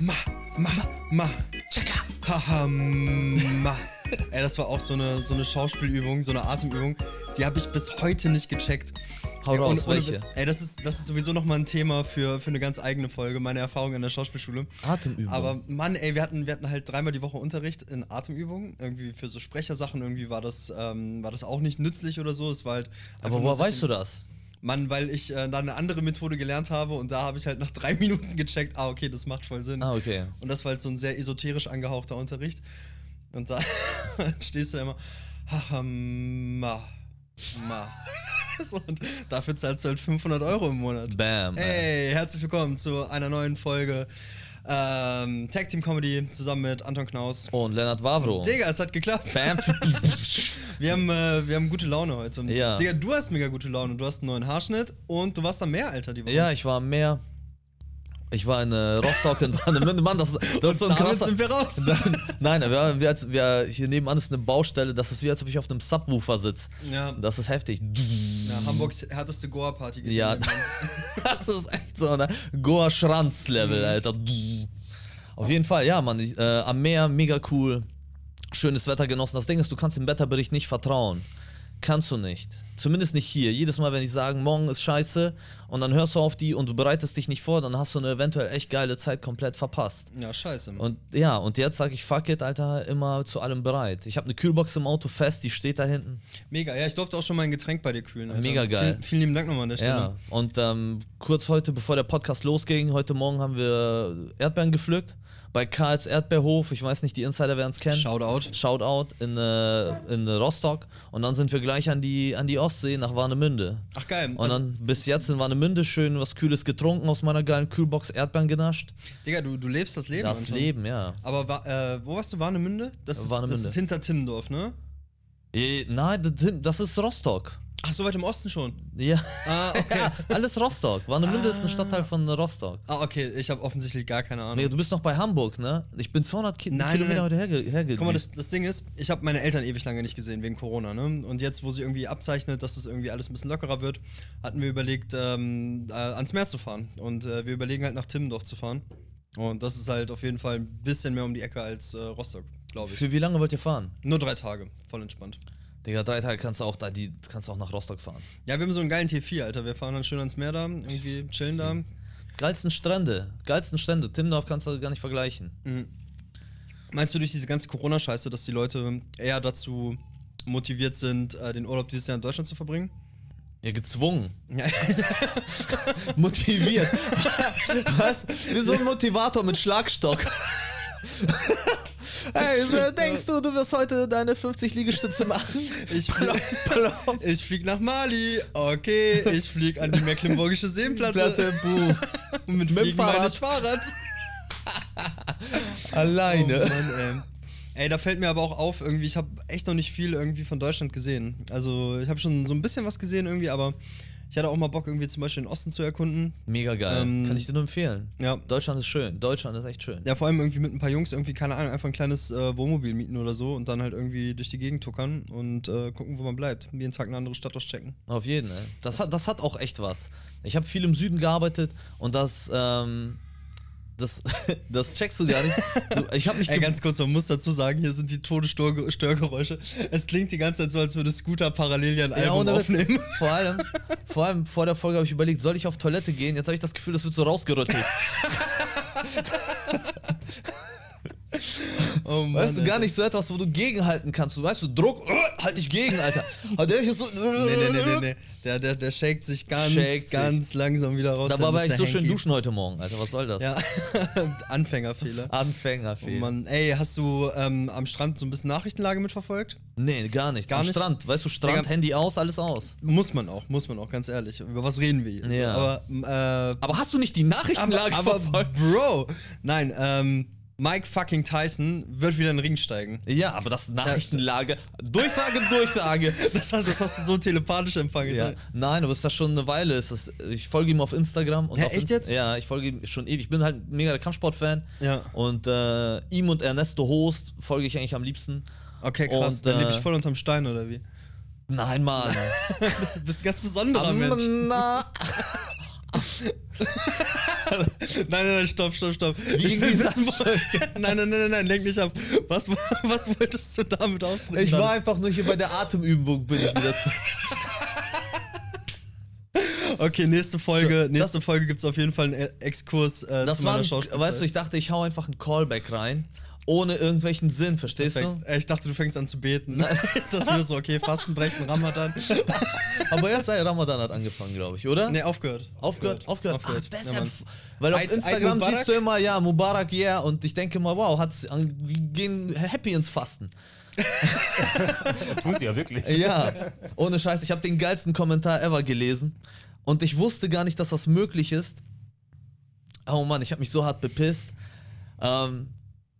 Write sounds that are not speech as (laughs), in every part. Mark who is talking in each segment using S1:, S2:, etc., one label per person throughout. S1: ma, ma, ma, tschakka, haha,
S2: (laughs)
S1: ma. Ey, das war auch so eine, so eine Schauspielübung, so eine Atemübung. Die habe ich bis heute nicht gecheckt.
S2: Hau
S1: Ey,
S2: raus, welche?
S1: Witz. Ey, das ist, das ist sowieso nochmal ein Thema für, für eine ganz eigene Folge, meine Erfahrung in der Schauspielschule.
S2: Atemübung.
S1: Aber Mann, ey, wir hatten, wir hatten halt dreimal die Woche Unterricht in Atemübungen. Irgendwie für so Sprechersachen, irgendwie war das, ähm, war das auch nicht nützlich oder so. Es war halt.
S2: Aber woher weißt du das?
S1: Mann, weil ich äh, da eine andere Methode gelernt habe und da habe ich halt nach drei (laughs) Minuten gecheckt, ah, okay, das macht voll Sinn.
S2: Ah, okay.
S1: Und das war halt so ein sehr esoterisch angehauchter Unterricht. Und da (laughs) stehst du da immer, haha, ma, ma. (laughs) So, und dafür zahlst du halt 500 Euro im Monat.
S2: Bam. ey.
S1: Hey, herzlich willkommen zu einer neuen Folge ähm, Tag Team Comedy zusammen mit Anton Knaus.
S2: Und Lennart Wavro.
S1: Digga, es hat geklappt.
S2: Oh. Bam.
S1: (laughs)
S2: (laughs)
S1: Wir haben, äh, wir haben gute Laune heute.
S2: Ja.
S1: Digga, du hast mega gute Laune. Du hast einen neuen Haarschnitt und du warst am Meer, Alter, die Woche.
S2: ja, ich war am Meer. Ich war in äh, Rostock in Warnemünde. Mann, das, ist- das ist so ein
S1: Damit
S2: krasser...
S1: sind wir raus.
S2: (laughs) Nein, wir, wir, wir, hier nebenan ist eine Baustelle. Das ist wie, als ob ich auf einem Subwoofer sitze.
S1: Ja.
S2: Das ist heftig.
S1: ja, Hamburgs härteste Goa-Party gegeben.
S2: Ja, (laughs) das ist echt so eine Goa-Schranz-Level, Alter. Auf jeden Fall, ja, Mann. Ich, äh, am Meer, mega cool. Schönes Wetter genossen. Das Ding ist, du kannst dem Wetterbericht nicht vertrauen. Kannst du nicht. Zumindest nicht hier. Jedes Mal, wenn ich sage, morgen ist scheiße und dann hörst du auf die und du bereitest dich nicht vor, dann hast du eine eventuell echt geile Zeit komplett verpasst.
S1: Ja, scheiße. Mann.
S2: Und ja, und jetzt sage ich, fuck it, Alter, immer zu allem bereit. Ich habe eine Kühlbox im Auto fest, die steht da hinten.
S1: Mega. Ja, ich durfte auch schon mal ein Getränk bei dir kühlen. Alter.
S2: Mega geil.
S1: Vielen, vielen lieben Dank nochmal an der Stelle.
S2: Ja, und ähm, kurz heute, bevor der Podcast losging, heute Morgen haben wir Erdbeeren gepflückt bei Karls Erdbeerhof. Ich weiß nicht, die Insider werden es kennen.
S1: Shoutout.
S2: Shoutout in, äh, in Rostock. Und dann sind wir gleich an die, an die Ostsee nach Warnemünde.
S1: Ach geil.
S2: Und dann bis jetzt in Warnemünde schön was Kühles getrunken, aus meiner geilen Kühlbox Erdbeeren genascht.
S1: Digga, du, du lebst das Leben.
S2: das
S1: Anton.
S2: Leben, ja.
S1: Aber wa- äh, wo warst du? Warnemünde? Das ist,
S2: Warnemünde.
S1: Das ist hinter Timmendorf, ne?
S2: Eh, Nein, das- das ist Rostock.
S1: Ach, so weit im Osten schon.
S2: Ja.
S1: Ah, okay.
S2: Ja, (laughs) alles Rostock. Warnemünde ist ein
S1: Ah.
S2: Stadtteil von Rostock.
S1: ah, okay. Ich habe offensichtlich gar keine Ahnung.
S2: Nee, du bist noch bei Hamburg, ne? Ich bin 200 Ki
S1: Nein, nein,
S2: Kilometer
S1: nein.
S2: heute herge herge
S1: Guck mal, das, das Ding ist, ich habe meine Eltern ewig lange nicht gesehen wegen Corona, ne? Und jetzt, wo sie irgendwie abzeichnet, dass das irgendwie alles ein bisschen lockerer wird, hatten wir überlegt, ähm, äh, ans Meer zu fahren. Und äh, wir überlegen halt nach Timmendorf zu fahren. Und das ist halt auf jeden Fall ein bisschen mehr um die Ecke als äh, Rostock, glaube ich.
S2: Für wie lange wollt ihr fahren?
S1: Nur drei Tage, voll entspannt.
S2: Digga, drei Tage kannst du auch da, die kannst du auch nach Rostock fahren.
S1: Ja, wir haben so einen geilen T4, Alter. Wir fahren dann schön ans Meer da, irgendwie chillen da.
S2: Geilsten Strände, geilsten Strände. Timmendorf kannst du gar nicht vergleichen.
S1: Mhm. Meinst du durch diese ganze Corona-Scheiße, dass die Leute eher dazu motiviert sind, äh, den Urlaub dieses Jahr in Deutschland zu verbringen?
S2: Ja, gezwungen. (laughs)
S1: Ja.
S2: Motiviert. (laughs) Was? Wie so ein Motivator mit Schlagstock. (laughs) Hey, so, denkst du, du wirst heute deine 50 Liegestütze machen?
S1: Ich flieg, ich flieg nach Mali, okay. Ich flieg an die Mecklenburgische Seenplatte.
S2: buh.
S1: Mit,
S2: dem
S1: Fliegen
S2: Fahrrad.
S1: meines Fahrrads.
S2: Alleine.
S1: Oh Mann, ey. ey, da fällt mir aber auch auf, irgendwie, ich habe echt noch nicht viel irgendwie von Deutschland gesehen. Also, ich habe schon so ein bisschen was gesehen irgendwie, aber ich hatte auch mal Bock, irgendwie zum Beispiel den Osten zu erkunden.
S2: Mega geil.
S1: Ähm,
S2: Kann ich dir nur empfehlen.
S1: Ja.
S2: Deutschland ist schön. Deutschland ist echt schön.
S1: Ja, vor allem irgendwie mit ein paar Jungs irgendwie, keine Ahnung, einfach ein kleines äh, Wohnmobil mieten oder so und dann halt irgendwie durch die Gegend tuckern und äh, gucken, wo man bleibt. Jeden Tag eine andere Stadt auschecken.
S2: Auf jeden, ne? Das hat, das hat auch echt was. Ich habe viel im Süden gearbeitet und das, ähm, das, (laughs) das checkst du gar nicht. Du, ich habe mich
S1: (laughs) Ey,
S2: ge-
S1: ganz kurz, man muss dazu sagen, hier sind die Todesstörgeräusche. Es klingt die ganze Zeit so, als würde Scooter parallel hier ein
S2: ja,
S1: Album
S2: ohne Witz. (laughs)
S1: aufnehmen.
S2: Vor allem, vor allem vor der Folge habe ich überlegt, soll ich auf Toilette gehen? Jetzt habe ich das Gefühl, das wird so rausgerüttelt.
S1: Oh, (laughs) Mann,
S2: weißt du, gar
S1: Alter.
S2: nicht so etwas, wo du gegenhalten kannst. Du weißt, du Druck, halt dich gegen,
S1: (laughs)
S2: Alter. Aber der hier ist so. äh,
S1: Nee, nee, nee, nee, nee. Der, der, der shakt sich ganz,
S2: Shakt sich.
S1: ganz langsam wieder raus.
S2: Dabei
S1: dann
S2: war
S1: ist
S2: ich
S1: der
S2: so schön
S1: Hanky.
S2: duschen heute Morgen, Alter. Was soll das?
S1: Ja, (laughs) Anfängerfehler.
S2: Ah,
S1: Oh
S2: Anfängerfehler.
S1: Mann, ey, hast du ähm, am Strand so ein bisschen Nachrichtenlage mitverfolgt?
S2: nee, gar nicht.
S1: Gar
S2: Am
S1: nicht?
S2: Strand, weißt du, Strand,
S1: Digga.
S2: Handy aus, alles aus.
S1: Muss man auch, muss man auch, ganz ehrlich. Über was reden wir hier?
S2: Ja.
S1: Aber, m, äh,
S2: Aber hast du nicht die Nachrichtenlage
S1: aber, aber
S2: verfolgt?
S1: Bro, nein, ähm, Mike fucking Tyson wird wieder in den Ring steigen.
S2: Ja, aber das Nachrichtenlage. Durchsage,
S1: (laughs)
S2: Durchsage.
S1: Das hast, das hast du so telepathisch empfangen.
S2: Ja. Nein, aber es ist das schon eine Weile. Es ist, ich folge ihm auf Instagram. Und
S1: Hä,
S2: auf
S1: echt
S2: Inst-
S1: jetzt?
S2: Ja, ich folge ihm schon ewig. Ich bin halt mega der Kampfsport-Fan.
S1: Ja.
S2: Und äh, ihm und Ernesto Host folge ich eigentlich am liebsten.
S1: Okay, krass.
S2: Und,
S1: dann lebe ich
S2: äh,
S1: voll unterm Stein, oder wie?
S2: Nein, Mann.
S1: (laughs) Ah, Du bist ein ganz besonderer
S2: Am-
S1: Mensch.
S2: na-
S1: Nein, nein, nein, stopp, stopp, stopp. ich will
S2: irgendwie
S1: wissen,
S2: sagst
S1: wo- (laughs) nein, nein, nein, nein, nein, lenk nicht ab. Was, was wolltest du damit ausdrücken?
S2: Ich war einfach nur hier bei der Atemübung, bin ich wieder
S1: (laughs)
S2: zu.
S1: Okay, nächste Folge,
S2: So,
S1: nächste Folge gibt's auf jeden Fall einen Exkurs äh,
S2: Das
S1: zu
S2: war,
S1: meiner
S2: ein,
S1: Schauspielzeit.
S2: weißt du, ich dachte, ich hau einfach einen Callback rein, ohne irgendwelchen Sinn, verstehst
S1: Perfekt. Äh, Ich dachte, du fängst an zu beten. (laughs) Dann wir so, okay, Fasten brechen, Ramadan.
S2: du? Aber jetzt, ey, Ramadan hat angefangen, glaube ich, oder?
S1: Nee, aufgehört.
S2: Aufgehört, aufgehört. Ach,
S1: Ja,
S2: deshalb,
S1: Mann.
S2: weil auf
S1: Eid- Eid
S2: Instagram
S1: Mubarak?
S2: siehst du immer, ja, Mubarak, yeah, und ich denke immer, wow, hat's, an- die gehen happy ins Fasten.
S3: Tun sie ja wirklich.
S1: Äh,
S2: Ja, ohne Scheiß, ich habe den geilsten Kommentar ever gelesen und ich wusste gar nicht, dass das möglich ist. Oh Mann, ich habe mich so hart bepisst. Ähm,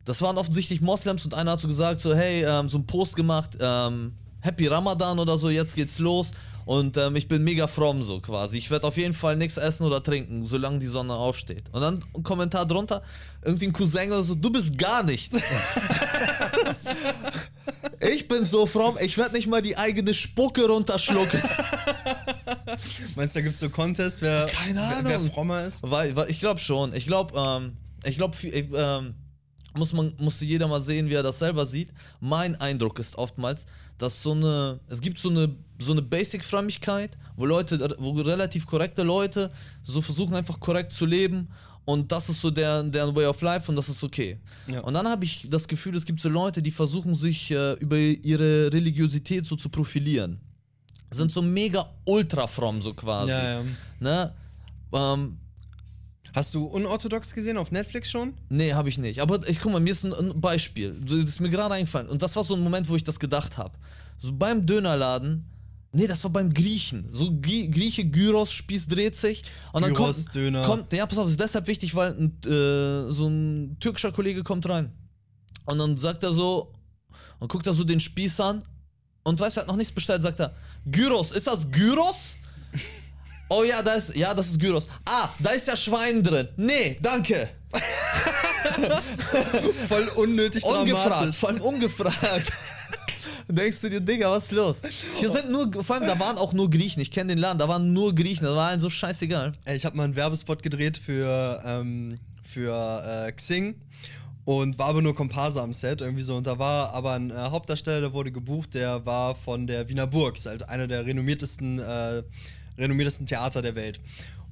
S2: das waren offensichtlich Moslems und einer hat so gesagt, so hey, ähm, so einen Post gemacht, ähm, Happy Ramadan oder so, jetzt geht's los und ähm, ich bin mega fromm so quasi. Ich werde auf jeden Fall nichts essen oder trinken, solange die Sonne aufsteht. Und dann ein Kommentar drunter, irgendwie ein Cousin oder so, du bist gar nichts. ich bin so fromm, ich werde nicht mal die eigene Spucke runterschlucken.
S1: Meinst du, da gibt's so Contest, wer,
S2: Keine
S1: wer, wer
S2: Ahnung.
S1: frommer ist?
S2: Weil, weil ich glaube schon. Ich glaube, ähm, ich glaube, ähm, muss man muss jeder mal sehen, wie er das selber sieht. Mein Eindruck ist oftmals, dass so eine, es gibt so eine so eine Basic Frömmigkeit, wo Leute, wo relativ korrekte Leute so versuchen einfach korrekt zu leben und das ist so deren, deren Way of Life und das ist okay.
S1: Ja.
S2: Und dann habe ich das Gefühl, es gibt so Leute, die versuchen sich äh, über ihre Religiosität so zu profilieren. Sind so mega ultra fromm so quasi.
S1: Ja, ja.
S2: Ne? Ähm,
S1: Hast du unorthodox gesehen auf Netflix schon?
S2: Nee, habe ich nicht. Aber ich guck mal, mir ist ein, ein Beispiel. So, Das ist mir gerade eingefallen. Und das war so ein Moment, wo ich das gedacht habe. So beim Dönerladen. Nee, das war beim Griechen. So Grie Grieche, Gyros, Spieß dreht sich. Und dann
S1: Gyros,
S2: kommt,
S1: Döner.
S2: kommt. Ja, pass auf, ist deshalb wichtig, weil ein, äh, so ein türkischer Kollege kommt rein. Und dann sagt er so. Und guckt er so den Spieß an. Und weißt du, er hat noch nichts bestellt, sagt er. Gyros, ist das Gyros?
S1: (laughs)
S2: Oh ja, da ist, ja, das ist Gyros. Ah, da ist ja Schwein drin. Nee, danke.
S1: Voll unnötig
S2: Ungefragt,
S1: dramatisch.
S2: vor allem ungefragt. (laughs) Denkst du dir, Digga, was ist los? Hier sind nur, vor allem, da waren auch nur Griechen. Ich kenne den Laden, da waren nur Griechen. Das war allen so scheißegal.
S1: Ey, Ich habe mal einen Werbespot gedreht für, ähm, für äh, Xing und war aber nur Komparse am Set irgendwie so. Und da war aber ein äh, Hauptdarsteller, der wurde gebucht, der war von der Wiener Burg, ist halt einer der renommiertesten, äh, renommiertesten Theater der Welt.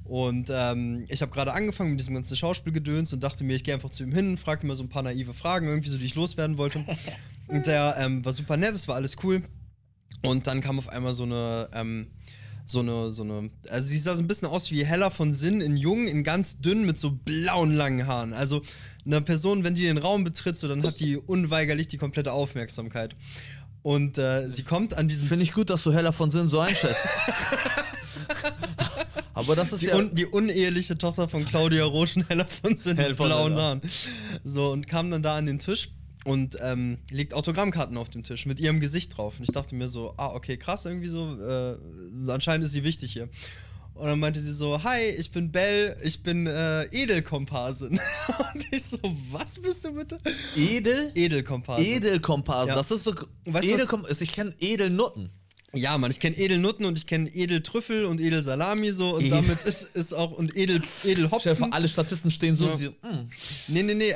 S1: Und ähm, ich habe gerade angefangen mit diesem ganzen Schauspielgedöns und dachte mir, ich gehe einfach zu ihm hin, frage immer so ein paar naive Fragen irgendwie, so die ich loswerden (laughs) wollte. und der ähm, war super nett, es war alles cool. Und dann kam auf einmal so eine, ähm, so eine, so eine, also sie sah so ein bisschen aus wie Hella von Sinn in Jung, in ganz dünn mit so blauen langen Haaren. Also eine Person, wenn die den Raum betritt, so dann hat die unweigerlich die komplette Aufmerksamkeit. Und äh, sie kommt an diesen
S2: Finde ich gut, dass du Hella von Sinn so einschätzt. (laughs) Aber das ist
S1: die,
S2: ja.
S1: un, die uneheliche Tochter von Claudia Roschenheller von Sinn
S2: Hell
S1: mit
S2: von
S1: blauen
S2: Sinn, ja.
S1: Haaren. So, und kam dann da an den Tisch und ähm, legt Autogrammkarten auf den Tisch mit ihrem Gesicht drauf. Und ich dachte mir so, ah, okay, krass, irgendwie so, äh, anscheinend ist sie wichtig hier. Und dann meinte sie so, hi, ich bin Bell, ich bin äh, Edelkomparsin. (laughs) Und ich so, was bist du bitte?
S2: Edel?
S1: Edelkomparsin.
S2: Edelkomparsen.
S1: Ja.
S2: Das ist so.
S1: Weißt du,
S2: Edelkom ist, ich kenne Edelnutten.
S1: Ja, Mann, ich kenne Edelnutten und ich kenne Edeltrüffel und Edelsalami so und
S2: Edel-
S1: damit ist, ist auch und Edel, Edelhopfen.
S2: Chef, alle Statisten stehen so.
S1: Mhm. Ja.
S2: Sie, mm.
S1: Nee, nee, (laughs) nee.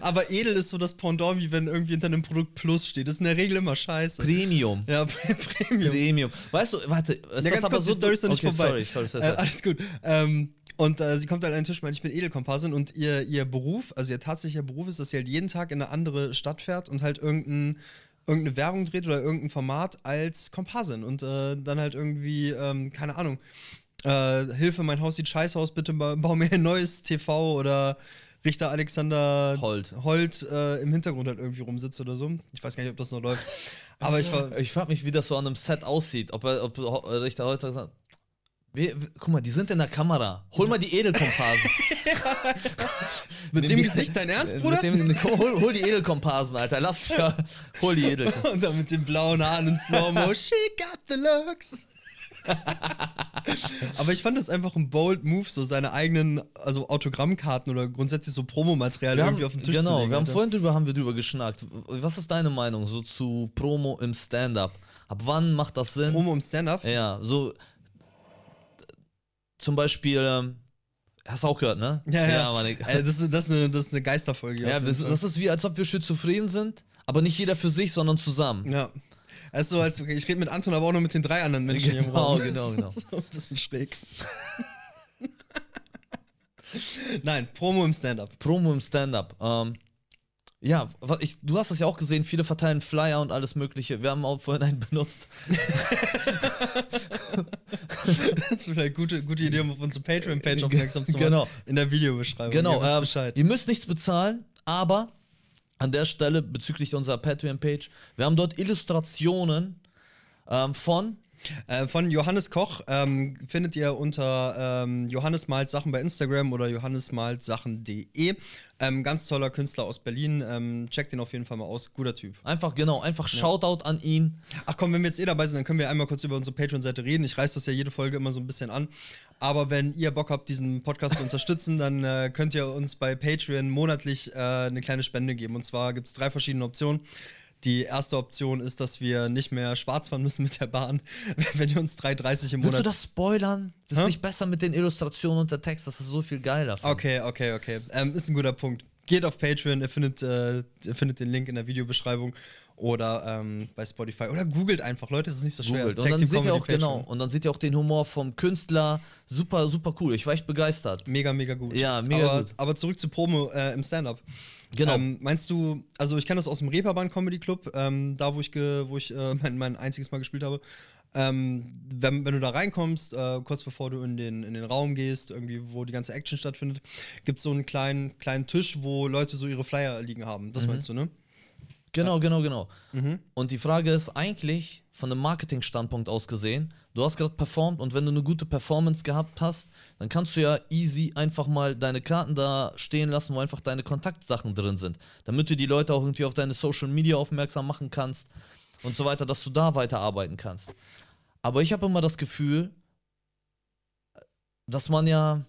S1: Aber edel ist so das Pendant, wie wenn irgendwie hinter einem Produkt Plus steht. Das ist in der Regel immer scheiße.
S2: Premium.
S1: ja, (laughs) Pre- Premium.
S2: Premium. Weißt du, warte, ist
S1: Ja, ganz kurz, die Story ist noch nicht
S2: okay,
S1: vorbei.
S2: Sorry, sorry, sorry.
S1: Äh,
S2: sorry.
S1: alles gut. Ähm, und äh, sie kommt halt an den Tisch, meint, ich bin Edelkomparsin und ihr, ihr Beruf, also ihr tatsächlicher Beruf ist, dass sie halt jeden Tag in eine andere Stadt fährt und halt irgendein, irgendeine Werbung dreht oder irgendein Format als Komparsin und äh, dann halt irgendwie, ähm, keine Ahnung, äh, Hilfe, mein Haus sieht scheiße aus, bitte ba- bau mir ein neues TV oder Richter Alexander
S2: Holt.
S1: Holt äh, im Hintergrund halt irgendwie rumsitzt oder so. Ich weiß gar nicht, ob das noch läuft. Aber ich war,
S2: Ich frage mich, wie das so an einem Set aussieht. Ob, er, ob Ho- äh, Richter heute gesagt hat, "Wir- wir- guck mal, die sind in der Kamera. Hol mal die
S1: (laughs)
S2: Edelkomparsen.
S1: mit
S2: Nimm
S1: dem
S2: die-
S1: Gesicht dein Ernst,
S2: Mit
S1: Bruder?
S2: dem- (laughs) hol, hol die Edelkomparsen, Alter. Lass dich ja.
S1: (laughs)
S2: Hol die Edelkomparsen.
S1: Und dann mit den blauen Haaren in Slow-Mo. She got the looks. (laughs) Aber ich fand das einfach ein bold Move, so seine eigenen, also Autogrammkarten oder grundsätzlich so Promomaterial irgendwie auf den Tisch
S2: genau,
S1: zu legen.
S2: wir haben
S1: Alter.
S2: vorhin drüber, haben wir drüber geschnackt. Was ist deine Meinung so zu Promo im Stand-Up? Ab wann macht das Sinn?
S1: Promo im Stand-Up.
S2: Ja, so zum Beispiel, ähm, hast du auch gehört, ne?
S1: Ja, ja.
S2: Mann, ich-
S1: Äh, das, ist- das, ist eine, das ist eine Geisterfolge.
S2: ja
S1: auf jeden
S2: das,
S1: Fall.
S2: das ist wie, als ob wir schizophren sind, aber nicht jeder für sich, sondern zusammen.
S1: Ja. Es ist so, als ich rede mit Anton, aber auch nur mit den drei anderen Menschen hier im
S2: Genau,
S1: Raum. (laughs)
S2: genau, genau.
S1: Das ist so ein bisschen schräg. (laughs) Nein, Promo im Stand-up.
S2: Promo im Stand-up. Ähm, ja, wa- ich, du hast das ja auch gesehen, viele verteilen Flyer und alles mögliche. Wir haben auch vorhin einen (laughs) benutzt.
S1: (laughs) Das ist vielleicht eine gute, gute Idee, um auf unsere Patreon-Page aufmerksam zu machen.
S2: Genau.
S1: In der Videobeschreibung.
S2: Genau,
S1: Ihr wisst
S2: ähm,
S1: Bescheid.
S2: ihr müsst nichts bezahlen, aber an der Stelle bezüglich unserer Patreon-Page, wir haben dort Illustrationen ähm, von
S1: Äh, von Johannes Koch ähm, findet ihr unter ähm, Johannes malt Sachen bei Instagram oder johannesmaltsachen.de. Ähm, ganz toller Künstler aus Berlin. Ähm, checkt den auf jeden Fall mal aus. Guter Typ.
S2: einfach, genau, einfach Shoutout an ihn.
S1: Ach komm, wenn wir jetzt eh dabei sind, dann können wir einmal kurz über unsere Patreon-Seite reden. Ich reiß das ja jede Folge immer so ein bisschen an. Aber wenn ihr Bock habt, diesen Podcast zu unterstützen, dann äh, könnt ihr uns bei Patreon monatlich äh, eine kleine Spende geben. Und zwar gibt es drei verschiedene Optionen. Die erste Option ist, dass wir nicht mehr schwarz fahren müssen mit der Bahn, (laughs) wenn ihr uns 3,30 im
S2: Willst du
S1: Monat.
S2: das spoilern? Das
S1: Hä? Ah,
S2: ist nicht besser mit den Illustrationen und der Text, das ist so viel geiler.
S1: Okay, okay, okay. Ähm, ist ein guter Punkt. Geht auf Patreon, ihr findet, äh, ihr findet den Link in der Videobeschreibung oder ähm, bei Spotify. Oder googelt einfach, Leute, es ist nicht so schwer.
S2: Googelt. Und
S1: Tag
S2: dann
S1: Team
S2: seht ihr
S1: Comedy
S2: auch genau.
S1: Patreon.
S2: Und dann seht ihr auch den Humor vom Künstler. Super, super cool. Ich war echt begeistert.
S1: Mega, mega gut.
S2: Ja, mega
S1: aber,
S2: gut.
S1: Aber zurück zu Promo äh, im Stand-Up.
S2: Genau.
S1: Ähm, meinst du, also ich kenne das aus dem Reeperbahn Comedy Club, ähm, da wo ich, ge, wo ich äh, (laughs) mein, mein einziges Mal gespielt habe. Ähm, wenn, wenn du da reinkommst, äh, kurz bevor du in den, in den Raum gehst, irgendwie, wo die ganze Action stattfindet, gibt es so einen kleinen, kleinen Tisch, wo Leute so ihre Flyer liegen haben.
S2: Mhm.
S1: Das meinst du, ne?
S2: Genau, genau, genau.
S1: Mhm.
S2: Und die Frage ist eigentlich von einem Marketing-Standpunkt aus gesehen, du hast gerade performt und wenn du eine gute Performance gehabt hast, dann kannst du ja easy einfach mal deine Karten da stehen lassen, wo einfach deine Kontaktsachen drin sind, damit du die Leute auch irgendwie auf deine Social Media aufmerksam machen kannst und so weiter, dass du da weiterarbeiten kannst. Aber ich habe immer das Gefühl, dass man ja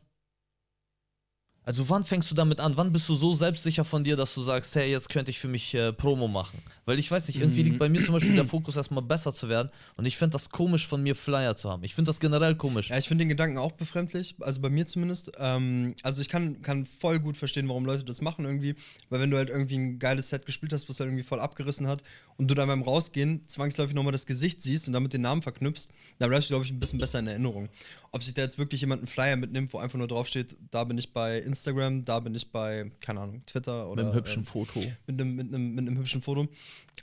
S2: also wann fängst du damit an? Wann bist du so selbstsicher von dir, dass du sagst, hey, jetzt könnte ich für mich äh, Promo machen? Weil ich weiß nicht, irgendwie
S1: Mhm.
S2: liegt bei mir zum Beispiel der Fokus erstmal besser zu werden und ich finde das komisch von mir Flyer zu haben. Ich finde das generell komisch.
S1: Ja, ich finde den Gedanken auch befremdlich, also bei mir zumindest. Ähm, also ich kann, kann voll gut verstehen, warum Leute das machen irgendwie, weil wenn du halt irgendwie ein geiles Set gespielt hast, was halt irgendwie voll abgerissen hat und du dann beim Rausgehen zwangsläufig nochmal das Gesicht siehst und damit den Namen verknüpfst, dann bleibst du, glaube ich, ein bisschen besser in Erinnerung. Ob sich da jetzt wirklich jemand einen Flyer mitnimmt, wo einfach nur draufsteht, da bin ich bei Instagram, da bin ich bei, keine Ahnung, Twitter oder
S2: mit einem hübschen
S1: ähm,
S2: Foto.
S1: mit einem, mit einem, mit einem hübschen Foto.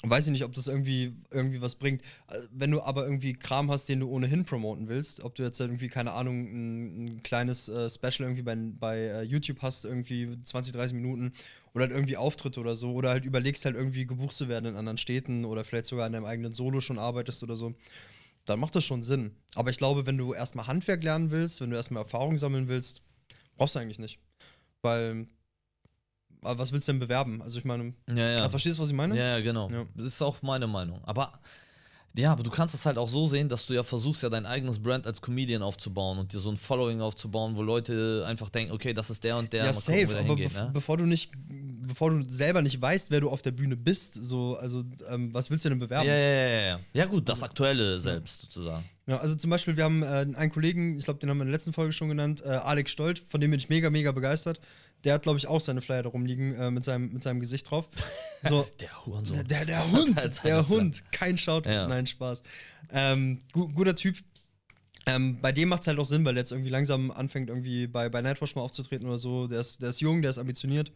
S1: Weiß ich nicht, ob das irgendwie, irgendwie was bringt. Äh, Wenn du aber irgendwie Kram hast, den du ohnehin promoten willst, ob du jetzt halt irgendwie, keine Ahnung, ein, ein kleines äh, Special irgendwie bei, bei äh, YouTube hast, irgendwie 20, 30 Minuten oder halt irgendwie Auftritte oder so, oder halt überlegst halt irgendwie gebucht zu werden in anderen Städten oder vielleicht sogar an deinem eigenen Solo schon arbeitest oder so, dann macht das schon Sinn. Aber ich glaube, wenn du erstmal Handwerk lernen willst, wenn du erstmal Erfahrung sammeln willst, brauchst du eigentlich nicht. Weil, aber was willst du denn bewerben? Also ich meine,
S2: Ja, ja.
S1: Ah, verstehst du, was ich meine?
S2: Ja, ja, genau.
S1: Ja.
S2: Das ist auch meine Meinung. Aber ja, aber du kannst es halt auch so sehen, dass du ja versuchst, ja dein eigenes Brand als Comedian aufzubauen und dir so ein Following aufzubauen, wo Leute einfach denken, okay, das ist der und der.
S1: Ja,
S2: mal gucken,
S1: safe,
S2: wo der
S1: aber
S2: hingeht,
S1: bev-
S2: ne?
S1: bevor du nicht, bevor du selber nicht weißt, wer du auf der Bühne bist, so, also ähm, was willst du denn bewerben?
S2: ja, ja, ja, ja. Ja, gut, das aktuelle selbst sozusagen.
S1: Ja, also zum Beispiel, wir haben äh, einen Kollegen, ich glaube, den haben wir in der letzten Folge schon genannt, äh, Alex Stolt, von dem bin ich mega, mega begeistert. Der hat, glaube ich, auch seine Flyer da rumliegen äh, mit, seinem, mit seinem Gesicht drauf.
S2: (laughs)
S1: So,
S2: Der Hurensohn.
S1: der, der,
S2: (laughs)
S1: der Hund,
S2: halt seine
S1: der
S2: Flyer.
S1: Hund, kein Shoutout,
S2: Ja.
S1: nein, Spaß. Ähm, gu guter Typ. Ähm, bei dem macht es halt auch Sinn, weil er jetzt irgendwie langsam anfängt, irgendwie bei, bei Nightwatch mal aufzutreten oder so. Der ist, der ist jung, der ist ambitioniert.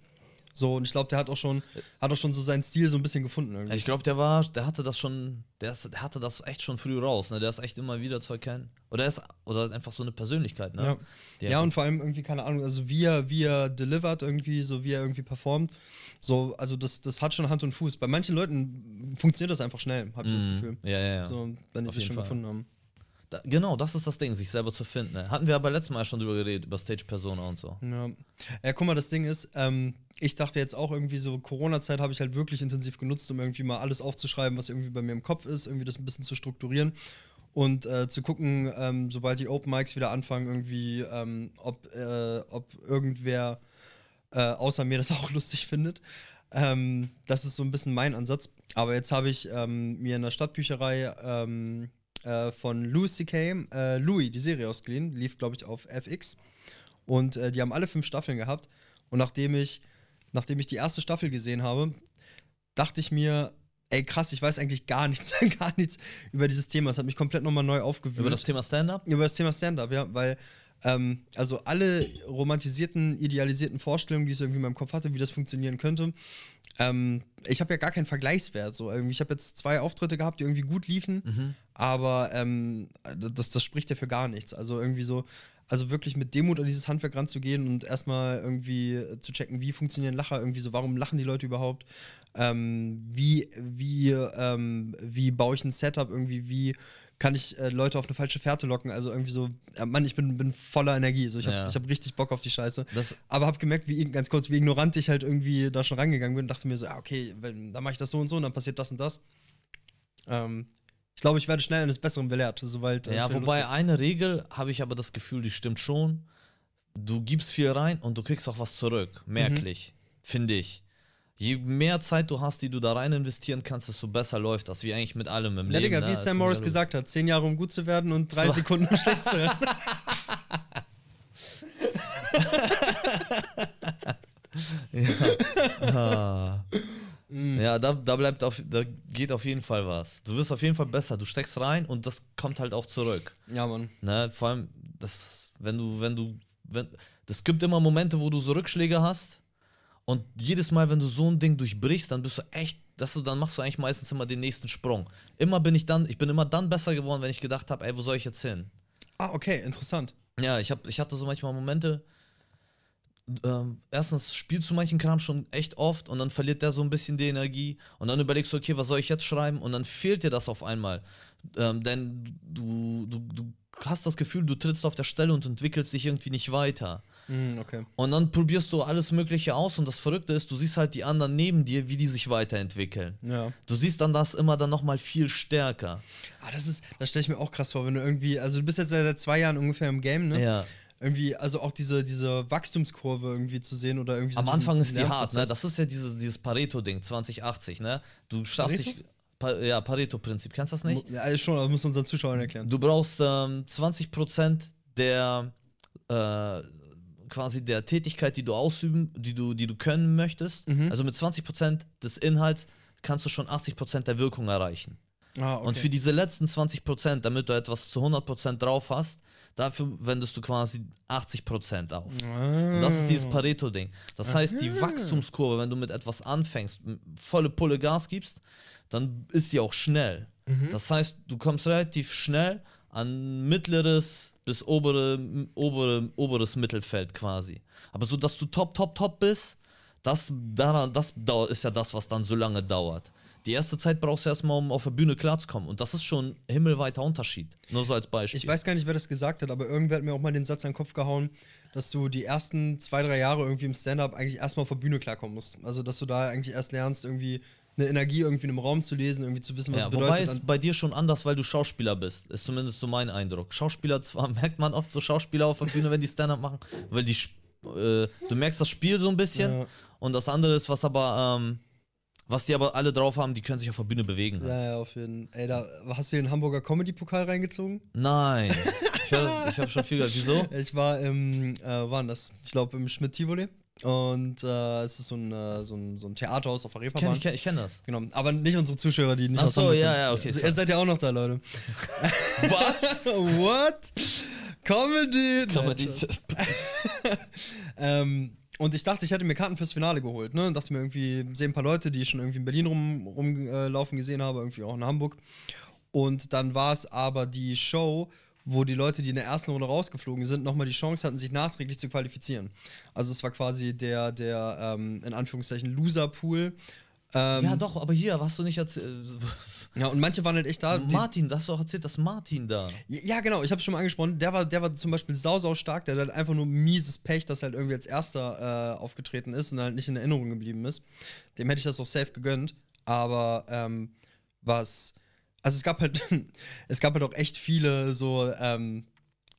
S1: So, und ich glaube, der hat auch schon, hat auch schon so seinen Stil so ein bisschen gefunden
S2: Ja,
S1: irgendwie.
S2: Ich glaube, der war, der hatte das schon, der, ist, der hatte das echt schon früh raus, ne? Der ist echt immer wieder zu erkennen. Oder er ist oder einfach so eine Persönlichkeit, ne?
S1: Ja.
S2: Die
S1: ja,
S2: einfach-
S1: und vor allem irgendwie, keine Ahnung, also wie er, wie er delivert irgendwie, so wie er irgendwie performt, so, also das, das hat schon Hand und Fuß. Bei manchen Leuten funktioniert das einfach schnell, habe ich das
S2: Mhm.
S1: Gefühl.
S2: Ja, ja, ja.
S1: So, wenn die
S2: Auf
S1: sich
S2: jeden
S1: schon
S2: Fall.
S1: gefunden haben.
S2: Da, genau, das ist das Ding, sich selber zu finden. Ne? Hatten wir aber letztes Mal schon drüber geredet, über Stage-Persona und so.
S1: Ja. ja, guck mal, das Ding ist, ähm, ich dachte jetzt auch irgendwie so, Corona-Zeit habe ich halt wirklich intensiv genutzt, um irgendwie mal alles aufzuschreiben, was irgendwie bei mir im Kopf ist, irgendwie das ein bisschen zu strukturieren und äh, zu gucken, ähm, sobald die Open Mics wieder anfangen, irgendwie, ähm, ob, äh, ob irgendwer äh, außer mir das (laughs) auch lustig findet. Ähm, das ist so ein bisschen mein Ansatz. Aber jetzt habe ich ähm, mir in der Stadtbücherei ähm, äh, von Louis C.K., äh, Louis, die Serie ausgeliehen, lief, glaube ich, auf FX. Und äh, die haben alle fünf Staffeln gehabt. Und nachdem ich, nachdem ich die erste Staffel gesehen habe, dachte ich mir, ey krass, ich weiß eigentlich gar nichts, (laughs) gar nichts über dieses Thema. Es hat mich komplett nochmal neu aufgewühlt.
S2: Über das Thema Stand-up?
S1: Über das Thema Stand-up, ja, weil ähm, also alle romantisierten, idealisierten Vorstellungen, die ich so irgendwie in meinem Kopf hatte, wie das funktionieren könnte, ähm, ich habe ja gar keinen Vergleichswert. So. Irgendwie, Ich habe jetzt zwei Auftritte gehabt, die irgendwie gut liefen,
S2: Mhm.
S1: aber ähm, das, das spricht ja für gar nichts. Also irgendwie so, also wirklich mit Demut an dieses Handwerk ranzugehen und erstmal irgendwie zu checken, wie funktionieren Lacher irgendwie so, warum lachen die Leute überhaupt, ähm, wie, wie, ähm, wie baue ich ein Setup irgendwie, wie kann ich äh, Leute auf eine falsche Fährte locken, also irgendwie so, äh, Mann, ich bin, bin voller Energie, so ich habe
S2: Ja.
S1: hab richtig Bock auf die Scheiße.
S2: Das,
S1: Aber habe gemerkt, wie ganz kurz, wie ignorant ich halt irgendwie da schon rangegangen bin und dachte mir so, ah, okay, wenn, dann mache ich das so und so und dann passiert das und das. Ähm, ich glaube, ich werde schnell eines Besseren belehrt, sobald. es
S2: ja,
S1: wieder
S2: wobei
S1: losgeht.
S2: eine Regel habe ich aber das Gefühl, die stimmt schon. Du gibst viel rein und du kriegst auch was zurück. Merklich,
S1: Mhm.
S2: finde ich. Je mehr Zeit du hast, die du da rein investieren kannst, desto besser läuft das, wie eigentlich mit allem im
S1: Ja,
S2: Leben.
S1: Digga,
S2: ne?
S1: wie
S2: Ist
S1: Sam
S2: egal,
S1: Morris
S2: ob-
S1: gesagt hat, zehn Jahre, um gut zu werden und drei
S2: So.
S1: Sekunden, um schlecht zu
S2: (laughs)
S1: werden.
S2: Ah. Ja, da, da bleibt auf, da geht auf jeden Fall was. Du wirst auf jeden Fall besser. Du steckst rein und das kommt halt auch zurück.
S1: Ja, Mann.
S2: Ne? Vor allem, das, wenn du, wenn du, wenn, das gibt immer Momente, wo du so Rückschläge hast. Und jedes Mal, wenn du so ein Ding durchbrichst, dann bist du echt, das ist, dann machst du eigentlich meistens immer den nächsten Sprung. Immer bin ich dann, ich bin immer dann besser geworden, wenn ich gedacht habe, ey, wo soll ich jetzt hin?
S1: Ah, okay, interessant.
S2: Ja, ich, hab, ich hatte so manchmal Momente. Ähm, erstens spielst du manchen Kram schon echt oft und dann verliert der so ein bisschen die Energie und dann überlegst du, okay, was soll ich jetzt schreiben und dann fehlt dir das auf einmal. Ähm, denn du, du, du hast das Gefühl, du trittst auf der Stelle und entwickelst dich irgendwie nicht weiter. Mhm,
S1: Hm, okay.
S2: Und dann probierst du alles Mögliche aus und das Verrückte ist, du siehst halt die anderen neben dir, wie die sich weiterentwickeln.
S1: Ja.
S2: Du siehst dann das immer dann nochmal viel stärker.
S1: Ah, das ist, das stelle ich mir auch krass vor, wenn du irgendwie, also du bist jetzt seit, seit zwei Jahren ungefähr im Game, ne?
S2: Ja.
S1: Irgendwie, also auch diese, diese Wachstumskurve irgendwie zu sehen oder irgendwie so
S2: Am
S1: diesen-
S2: Anfang ist
S1: diesen
S2: die hart, ne?
S1: Lernprozess.
S2: Das ist ja dieses, dieses Pareto-Ding, 2080, ne? Du schaffst
S1: Pareto?
S2: dich. Pa ja, Pareto-Prinzip, kennst du das nicht?
S1: Mu- Ja, ist schon, aber muss unseren Zuschauern erklären.
S2: Du brauchst ähm, 20% der äh, quasi der Tätigkeit, die du ausüben, die du, die du können möchtest.
S1: Mhm.
S2: Also mit 20% des Inhalts kannst du schon 80% der Wirkung erreichen.
S1: Ah, okay.
S2: Und für diese letzten 20%, damit du etwas zu 100% drauf hast, dafür wendest du quasi 80% auf.
S1: Ah.
S2: Und das ist
S1: Mm.
S2: dieses Pareto-Ding. Das heißt, die Wachstumskurve, wenn du mit etwas anfängst, m- volle Pulle Gas gibst, dann ist die auch schnell.
S1: Mhm.
S2: Das heißt, du kommst relativ schnell an mittleres bis obere, m- obere, oberes Mittelfeld quasi. Aber so, dass du top, top, top bist, das, daran, das dau- ist ja das, was dann so lange dauert. Die erste Zeit brauchst du erstmal, um auf der Bühne klarzukommen. Und das ist schon ein himmelweiter Unterschied. Nur so als Beispiel.
S1: Ich weiß gar nicht, wer das gesagt hat, aber irgendwer hat mir auch mal den Satz an den Kopf gehauen, dass du die ersten zwei, drei Jahre irgendwie im Stand-up eigentlich erstmal auf der Bühne klarkommen musst. Also, dass du da eigentlich erst lernst, irgendwie eine Energie irgendwie in einem Raum zu lesen, irgendwie zu wissen, was
S2: Ja,
S1: es
S2: wobei
S1: bedeutet.
S2: es bei dir schon anders, weil du Schauspieler bist. Ist zumindest so mein Eindruck. Schauspieler zwar (laughs) merkt man oft so Schauspieler auf der Bühne, wenn die Stand-up machen, weil die sp- äh, du merkst das Spiel so ein bisschen
S1: Ja.
S2: und das andere ist, was aber ähm, was die aber alle drauf haben, die können sich auf der Bühne bewegen.
S1: ja, ja, auf jeden Fall. Ey, da hast du den Hamburger Comedy-Pokal reingezogen?
S2: Nein.
S1: (laughs)
S2: Ich, hör- ich habe schon viel gehört. Wieso?
S1: Ich war im, äh, wann das? Ich glaube im Schmidt-Tivoli. Und äh, es ist so ein, äh, so ein, so ein Theaterhaus auf der
S2: Kenn,
S1: Reeperbahn.
S2: ich kenn, ich kenne das.
S1: Genau, aber nicht unsere Zuschauer, die nicht
S2: Ach
S1: aus
S2: so,
S1: Hamburg
S2: ja,
S1: sind.
S2: ja, okay,
S1: Also, ihr
S2: sorry.
S1: seid ja auch noch da, Leute.
S2: (laughs) Was?
S1: (laughs) What? Comedy?
S2: Kann man
S1: Nein,
S2: die,
S1: Spaß. Ähm, und ich dachte, ich hätte mir Karten fürs Finale geholt, ne? Und dachte mir irgendwie, sehe ein paar Leute, die ich schon irgendwie in Berlin rumlaufen rum, äh, laufen gesehen habe, irgendwie auch in Hamburg. Und dann war es aber die Show, wo die Leute, die in der ersten Runde rausgeflogen sind, nochmal die Chance hatten, sich nachträglich zu qualifizieren. Also es war quasi der, der ähm, in Anführungszeichen, Loser-Pool. Ähm,
S2: ja doch, aber hier hast du nicht erzählt.
S1: Ja, und manche waren halt echt da. Die,
S2: Martin, das hast du auch erzählt, dass Martin da.
S1: ja, genau, ich habe schon mal angesprochen. Der war, der war zum Beispiel sau, sau stark. Der hat halt einfach nur mieses Pech, dass er halt irgendwie als Erster äh, aufgetreten ist und halt nicht in Erinnerung geblieben ist. Dem hätte ich das auch safe gegönnt. Aber ähm, (laughs) was. Also es gab halt, es gab halt auch echt viele so ähm,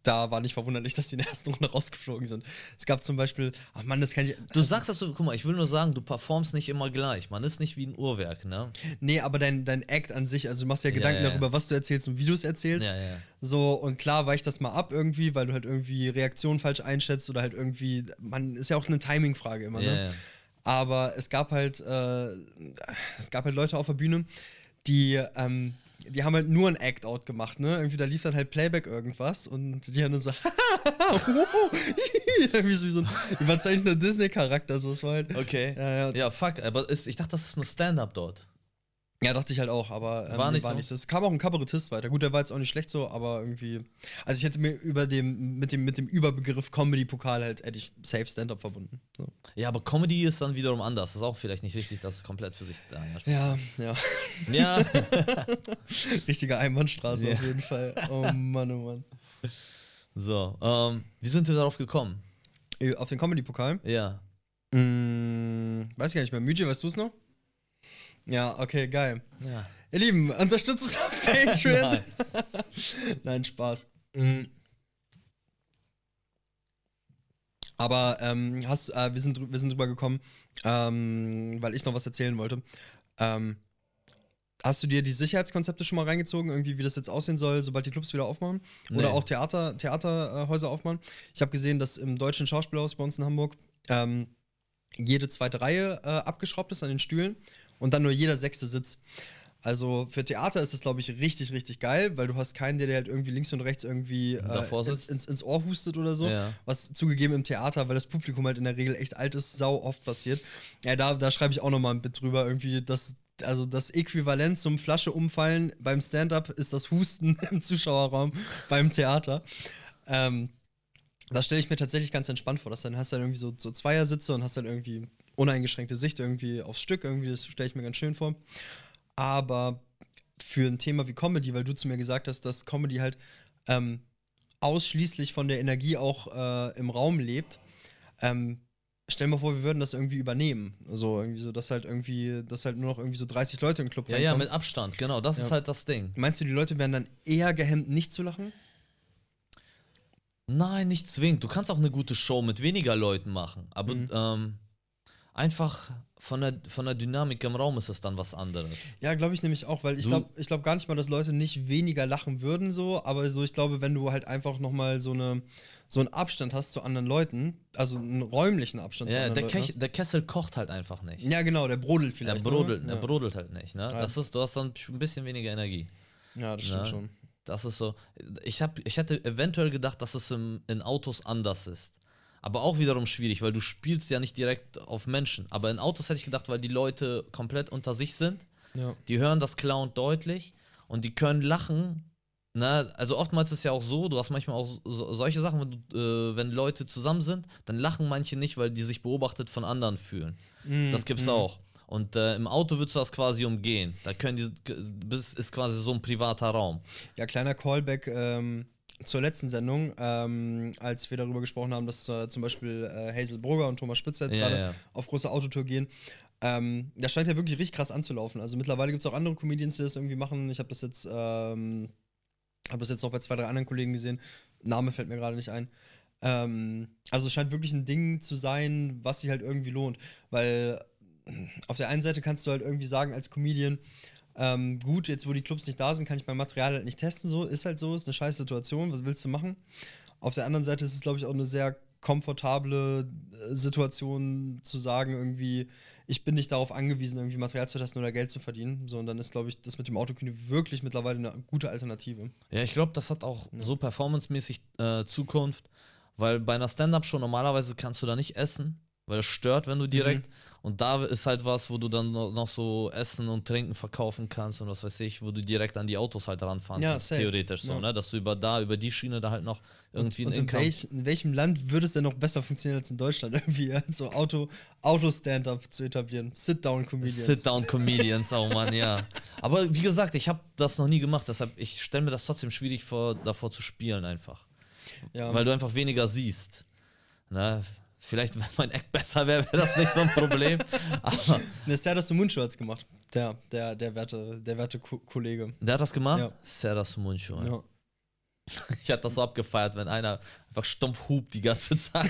S1: da war nicht verwunderlich, dass die in der ersten Runde rausgeflogen sind. Es gab zum Beispiel, ach Mann, das kann ich. also,
S2: Du sagst das so, guck mal, ich will nur sagen, du performst nicht immer gleich. Man ist nicht wie ein Uhrwerk, ne?
S1: Nee, aber dein, dein Act an sich, also du machst ja
S2: Ja,
S1: Gedanken
S2: ja, ja.
S1: darüber, was du erzählst und wie du es erzählst.
S2: Ja, ja.
S1: So, und klar weicht das mal ab irgendwie, weil du halt irgendwie Reaktionen falsch einschätzt oder halt irgendwie, man ist ja auch eine Timing-Frage immer,
S2: ja,
S1: ne?
S2: ja.
S1: Aber es gab halt, äh, es gab halt Leute auf der Bühne, die, ähm, die haben halt nur ein Act-Out gemacht, ne? Irgendwie, da lief dann halt Playback irgendwas und die haben dann so, (laughs) wow, irgendwie so (laughs) wie so ein überzeichneter Disney-Charakter, so es war halt.
S2: Okay.
S1: Ja,
S2: Ja,
S1: ja.
S2: fuck, aber ist, ich dachte, das ist nur Stand-up dort.
S1: ja, dachte ich halt auch, aber ähm,
S2: War
S1: dem
S2: nicht
S1: war
S2: so?
S1: nicht so. Es kam auch ein Kabarettist weiter. Gut, der war jetzt auch nicht schlecht so, aber irgendwie. Also ich hätte mir über dem, mit dem, mit dem Überbegriff Comedy-Pokal halt hätte ich Safe Stand-Up verbunden. So.
S2: Ja, aber Comedy ist dann wiederum anders. Das ist auch vielleicht nicht richtig, dass es komplett für sich da anspricht.
S1: Ja, ja. (laughs)
S2: (laughs) Ja,
S1: Richtige Einbahnstraße
S2: Ja.
S1: auf jeden Fall.
S2: (laughs)
S1: Oh Mann, oh Mann.
S2: so. Ähm, wie sind wir darauf gekommen?
S1: Äh, Auf den Comedy-Pokal?
S2: Ja.
S1: Mm, weiß ich gar nicht mehr. Müji, weißt du es noch? Ja, okay, geil.
S2: ja.
S1: Ihr Lieben, unterstützt uns auf Patreon.
S2: Nein.
S1: (laughs) Nein. Spaß. Mm. Aber ähm, hast, äh, wir, sind, drü- wir sind drüber gekommen, ähm, weil ich noch was erzählen wollte. Ähm, hast du dir die Sicherheitskonzepte schon mal reingezogen, irgendwie wie das jetzt aussehen soll, sobald die Clubs wieder aufmachen?
S2: Nee.
S1: Oder auch Theater, Theaterhäuser aufmachen? Ich habe gesehen, dass im deutschen Schauspielhaus bei uns in Hamburg ähm, jede zweite Reihe äh, abgeschraubt ist an den Stühlen und dann nur jeder sechste Sitz. Also für Theater ist es, glaube ich, richtig, richtig geil, weil du hast keinen, der dir halt irgendwie links und rechts irgendwie äh,
S2: Davor
S1: ins,
S2: sitzt.
S1: ins, ins Ohr hustet oder so.
S2: Ja.
S1: Was zugegeben im Theater, weil das Publikum halt in der Regel echt alt ist, sau oft passiert. Ja, da, da schreibe ich auch nochmal ein Bit drüber, irgendwie, dass. Also das Äquivalent zum Flasche umfallen beim Stand-up ist das Husten (laughs) im Zuschauerraum beim Theater. Ähm, das stelle ich mir tatsächlich ganz entspannt vor, dass dann hast du dann irgendwie so, so Zweiersitze und hast dann irgendwie uneingeschränkte Sicht irgendwie aufs Stück. Irgendwie, das stelle ich mir ganz schön vor. Aber für ein Thema wie Comedy, weil du zu mir gesagt hast, dass Comedy halt ähm, ausschließlich von der Energie auch äh, im Raum lebt, ähm, stell mal vor, wir würden das irgendwie übernehmen. So, irgendwie so, dass halt irgendwie, dass halt nur noch irgendwie so 30 Leute im Club
S2: ja, ja,
S1: reinkommen.
S2: mit Abstand, genau. Das ist
S1: Ja.
S2: halt das Ding.
S1: Meinst du, die Leute wären dann eher gehemmt, nicht zu lachen?
S2: Nein, nicht zwingend. Du kannst auch eine gute Show mit weniger Leuten machen. Aber
S1: Mhm.
S2: ähm, einfach von der, von der Dynamik im Raum ist es dann was anderes.
S1: Ja, glaube ich nämlich auch, weil ich
S2: Du-
S1: glaube ich glaub gar nicht mal, dass Leute nicht weniger lachen würden so, aber so ich glaube, wenn du halt einfach noch mal so eine so einen Abstand hast zu anderen Leuten, also einen räumlichen Abstand zu
S2: Ja,
S1: anderen
S2: der,
S1: Leuten.
S2: Kech, der Kessel kocht halt einfach nicht.
S1: hast. Ja, genau, der brodelt
S2: Der
S1: vielleicht.
S2: brodelt,
S1: ne?
S2: der brodelt halt nicht. Ne?
S1: Ja.
S2: Das ist, du hast dann ein bisschen weniger Energie.
S1: ja. ja, das stimmt
S2: Ne?
S1: schon.
S2: Das ist so. Ich, hab, ich hätte eventuell gedacht, dass es im, in Autos anders ist. Aber auch wiederum schwierig, weil du spielst ja nicht direkt auf Menschen. Aber in Autos hätte ich gedacht, weil die Leute komplett unter sich sind.
S1: Ja.
S2: Die hören das klar und deutlich und die können lachen. Ne? Also oftmals ist ja auch so, du hast manchmal auch so, solche Sachen, wenn, du, äh, wenn Leute zusammen sind, dann lachen manche nicht, weil die sich beobachtet von anderen fühlen.
S1: Mhm. Hm,
S2: Das gibt's auch. Und äh, im Auto würdest du das quasi umgehen. Da können die, das ist quasi so ein privater Raum.
S1: Ja, kleiner Callback ähm, zur letzten Sendung, ähm, als wir darüber gesprochen haben, dass äh, zum Beispiel äh, Hazel Brugger und Thomas Spitzer jetzt
S2: Ja,
S1: gerade
S2: ja.
S1: auf große Autotour gehen. Ähm, das scheint ja wirklich richtig krass anzulaufen. Also mittlerweile gibt es auch andere Comedians, die das irgendwie machen. Ich habe das jetzt, ähm, habe das jetzt noch bei zwei, drei anderen Kollegen gesehen. Name fällt mir gerade nicht ein. Ähm, also es scheint wirklich ein Ding zu sein, was sich halt irgendwie lohnt. Weil auf der einen Seite kannst du halt irgendwie sagen als Comedian, ähm, gut, jetzt wo die Clubs nicht da sind, kann ich mein Material halt nicht testen. So ist halt so, ist eine scheiß Situation. Was willst du machen? Auf der anderen Seite ist es, glaube ich, auch eine sehr komfortable äh, Situation zu sagen, irgendwie, ich bin nicht darauf angewiesen, irgendwie Material zu testen oder Geld zu verdienen. So, und dann ist, glaube ich, das mit dem Autokino wirklich mittlerweile eine gute Alternative.
S2: Ja, ich glaube, das hat auch
S1: Ja.
S2: so performancemäßig äh, Zukunft, weil bei einer Stand-Up-Show normalerweise kannst du da nicht essen, weil es stört,
S1: Mhm.
S2: wenn du direkt. Und da ist halt was, wo du dann no- noch so Essen und Trinken verkaufen kannst und was weiß ich, wo du direkt an die Autos halt ranfahren
S1: Ja,
S2: kannst,
S1: safe.
S2: theoretisch so,
S1: Ja.
S2: ne? Dass du über da, über die Schiene da halt noch irgendwie
S1: und
S2: einen
S1: in,
S2: Income.
S1: welch, in welchem Land würde es denn noch besser funktionieren als in Deutschland, (laughs) irgendwie ja, so Auto- Auto-Stand-Up zu etablieren? Sit-Down-Comedians.
S2: Sit-down-Comedians, oh Mann, ja. Aber wie gesagt, ich habe das noch nie gemacht, deshalb ich stelle mir das trotzdem schwierig vor, davor zu spielen einfach.
S1: ja.
S2: weil du einfach weniger siehst. Na, vielleicht, wenn mein Act besser wäre, wäre das nicht so
S1: (laughs)
S2: ein Problem. Aber
S1: Ne, Serda hat Mundschutz gemacht. Der, der, der werte, der werte Ko Kollege.
S2: der hat das gemacht.
S1: Ja.
S2: Sarah Sumunchu.
S1: Ja.
S2: Ich hatte das so abgefeiert, wenn einer einfach stumpf hupt die ganze
S1: (laughs)
S2: Zeit.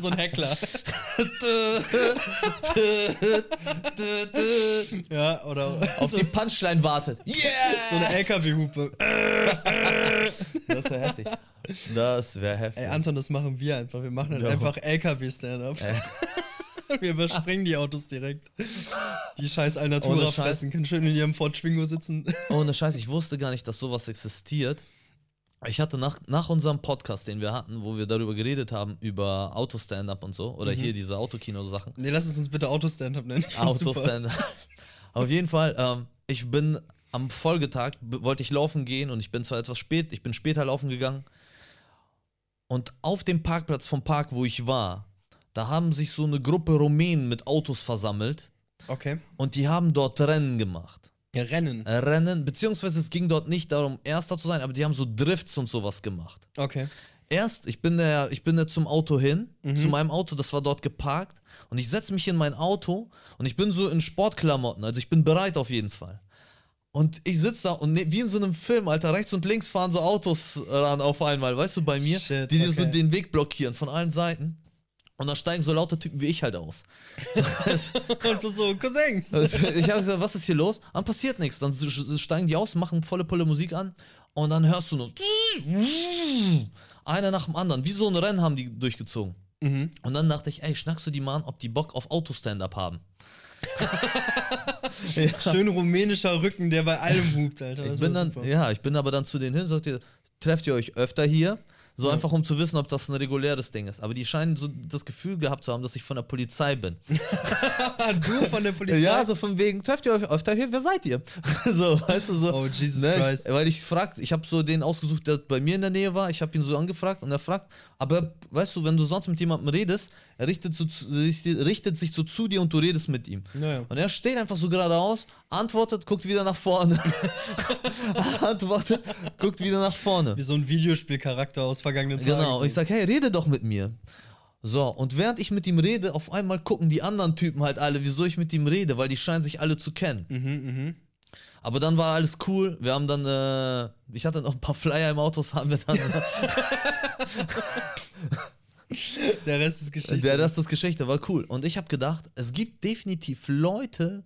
S1: so ein
S2: (laughs)
S1: Heckler. ja, oder (laughs)
S2: Auf
S1: so,
S2: die Punchline wartet. Yeah!
S1: so eine LKW-Hupe.
S2: (laughs) Das wäre heftig. Das wäre heftig.
S1: Ey, Anton, das machen wir einfach. Wir machen halt
S2: Ja. Äh.
S1: einfach LKW-Stand-up.
S2: Ey.
S1: (laughs) Wir überspringen die Autos direkt. Die scheiß
S2: Ohne
S1: Alnatura
S2: Scheiß.
S1: fressen, können schön in ihrem Ford Schwingo sitzen.
S2: Ohne Scheiß, ich wusste gar nicht, dass sowas existiert. Ich hatte nach, nach unserem Podcast, den wir hatten, wo wir darüber geredet haben, über Autostand-up und so, oder hier diese Autokino-Sachen.
S1: Nee, lass es uns bitte Auto-Stand-up nennen. (laughs) Ich find's super.
S2: Autostand-up. Auf jeden Fall, ähm, ich bin am Folgetag, b- wollte ich laufen gehen und ich bin zwar etwas spät, ich bin später laufen gegangen. Und auf dem Parkplatz vom Park, wo ich war, da haben sich so eine Gruppe Rumänen mit Autos versammelt
S1: Okay.
S2: und die haben dort Rennen gemacht.
S1: Ja, Rennen.
S2: Rennen, beziehungsweise es ging dort nicht darum, Erster zu sein, aber die haben so Drifts und sowas gemacht.
S1: Okay. (laughs)
S2: Erst, ich bin da, ich bin da zum Auto hin,
S1: Mhm.
S2: zu meinem Auto, das war dort geparkt. Und ich setze mich in mein Auto und ich bin so in Sportklamotten, also ich bin bereit auf jeden Fall. Und ich sitze da und ne, wie in so einem Film, Alter, rechts und links fahren so Autos ran auf einmal, weißt du, bei mir,
S1: Shit,
S2: die dir so
S1: okay.
S2: den Weg blockieren von allen Seiten. Und da steigen so lauter Typen wie ich halt aus.
S1: Und du so,
S2: (laughs)
S1: Cousins.
S2: Also, ich habe gesagt, was ist hier los? Dann passiert nichts. Dann s- s- steigen die aus, machen volle Pulle Musik an und dann hörst du nur einer nach dem anderen. Wie so ein Rennen haben die durchgezogen.
S1: Mhm.
S2: Und dann dachte ich, ey, schnackst du die mal an, ob die Bock auf Auto-Stand-Up haben?
S1: Schön rumänischer Rücken, der bei allem hupt, Alter. Das
S2: ich bin
S1: war
S2: dann,
S1: super.
S2: ja, ich bin aber dann zu denen hin, sagt ihr, trefft ihr euch öfter hier? So einfach, um zu wissen, ob das ein reguläres Ding ist. Aber die scheinen so das Gefühl gehabt zu haben, dass ich von der Polizei bin.
S1: Ah, du von der Polizei.
S2: Ja, so von wegen, trefft ihr euch öfter hier? Wer seid ihr? (laughs) so, weißt du, so.
S1: Oh, Jesus Christ.
S2: Ne, Ich, weil ich fragt, ich habe so den ausgesucht, der bei mir in der Nähe war. Ich habe ihn so angefragt und er fragt, aber weißt du, wenn du sonst mit jemandem redest, er richtet, so, zu- richtet, richtet sich so zu dir und du redest mit ihm.
S1: Naja.
S2: Und er steht einfach so geradeaus, antwortet, guckt wieder nach vorne. (laughs) antwortet, guckt wieder nach vorne.
S1: Wie so ein Videospielcharakter aus vergangenen Tagen.
S2: Genau,
S1: so.
S2: und ich sag, hey, rede doch mit mir. So, und während ich mit ihm rede, auf einmal gucken die anderen Typen halt alle, wieso ich mit ihm rede, weil die scheinen sich alle zu kennen. Aber dann war alles cool. Wir haben dann, äh, ich hatte noch ein paar Flyer im Autos, haben wir dann.
S1: der Rest ist Geschichte.
S2: Der Rest ist Geschichte, war cool. Und ich habe gedacht, es gibt definitiv Leute,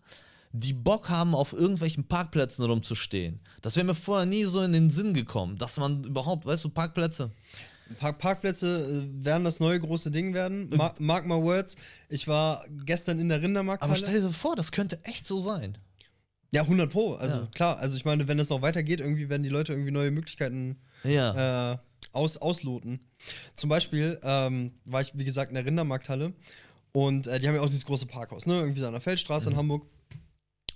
S2: die Bock haben, auf irgendwelchen Parkplätzen rumzustehen. Das wäre mir vorher nie so in den Sinn gekommen, dass man überhaupt, weißt du, Parkplätze.
S1: Park Parkplätze äh, werden das neue große Ding werden. Ma mark my words. Ich war gestern in der
S2: Aber
S1: Rindermarkthalle.
S2: stell dir so vor, das könnte echt so sein.
S1: Ja, 100 pro. Also
S2: Ja.
S1: klar, also ich meine, wenn das noch weitergeht, irgendwie werden die Leute irgendwie neue Möglichkeiten
S2: Ja.
S1: äh, aus ausloten. Zum Beispiel ähm, war ich, wie gesagt, in der Rindermarkthalle und äh, die haben ja auch dieses große Parkhaus, ne? Irgendwie so an der Feldstraße in Hamburg.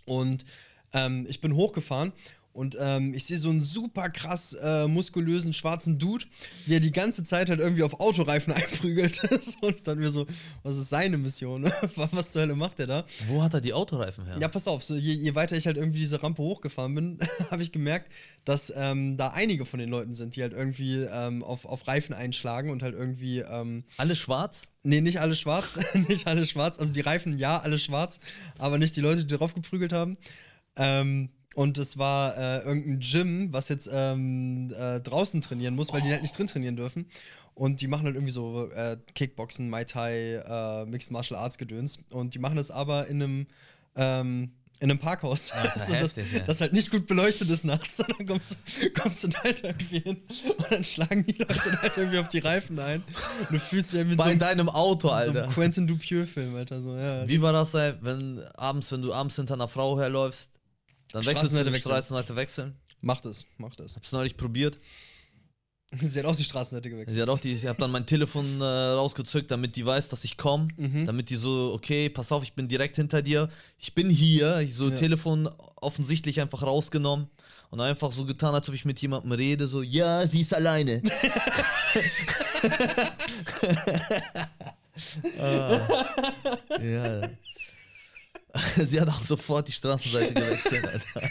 S1: Und ähm, ich bin hochgefahren und ähm, ich sehe so einen super krass äh, muskulösen schwarzen Dude, wie er die ganze Zeit halt irgendwie auf Autoreifen (laughs) einprügelt ist. Und ich dachte mir so, was ist seine Mission? (laughs) Ne? Was zur Hölle macht der da?
S2: Wo hat er die Autoreifen her?
S1: Ja, pass auf, so je, je weiter ich halt irgendwie diese Rampe hochgefahren bin, (laughs) habe ich gemerkt, dass ähm, da einige von den Leuten sind, die halt irgendwie ähm, auf, auf Reifen einschlagen und halt irgendwie, ähm,
S2: Alle schwarz?
S1: nee, nicht alle schwarz, (laughs) nicht alle schwarz, also die Reifen ja, alle schwarz, aber nicht die Leute, die drauf geprügelt haben. Ähm, und es war äh, irgendein Gym, was jetzt ähm, äh, draußen trainieren muss, weil die halt nicht drin trainieren dürfen. Und die machen halt irgendwie so äh, Kickboxen, Muay Thai, äh, Mixed Martial Arts Gedöns. Und die machen das aber in einem, ähm, in einem Parkhaus. (laughs)
S2: Alter,
S1: also das,
S2: heftig, ja.
S1: das halt nicht gut beleuchtet ist nachts. (laughs) Und dann kommst, du- kommst du da halt irgendwie hin und dann schlagen die Leute dann halt irgendwie auf die Reifen ein. Und du fühlst dich irgendwie in so
S2: Bei
S1: einem,
S2: deinem Auto,
S1: so
S2: Alter.
S1: einem Quentin Dupieux-Film, Alter. So, ja.
S2: Wie war das, ey, wenn abends, wenn du abends hinter einer Frau herläufst, dann wechselst du
S1: Straßenseite
S2: die
S1: wechseln.
S2: Straßenseite wechseln.
S1: Macht es, macht es. (laughs)
S2: Hab's neulich probiert.
S1: Sie hat auch die Straßenseite gewechselt.
S2: Sie hat auch die, ich hab dann mein Telefon äh, rausgezückt, damit die weiß, dass ich komme.
S1: Mhm.
S2: Damit die so, okay, pass auf, ich bin direkt hinter dir. Ich bin hier. Ich so
S1: Ja.
S2: Telefon offensichtlich einfach rausgenommen und einfach so getan, als ob ich mit jemandem rede. So, ja, sie ist alleine.
S1: (laughs)
S2: ah, ja. (laughs) sie hat auch sofort die Straßenseite gewechselt. Alter.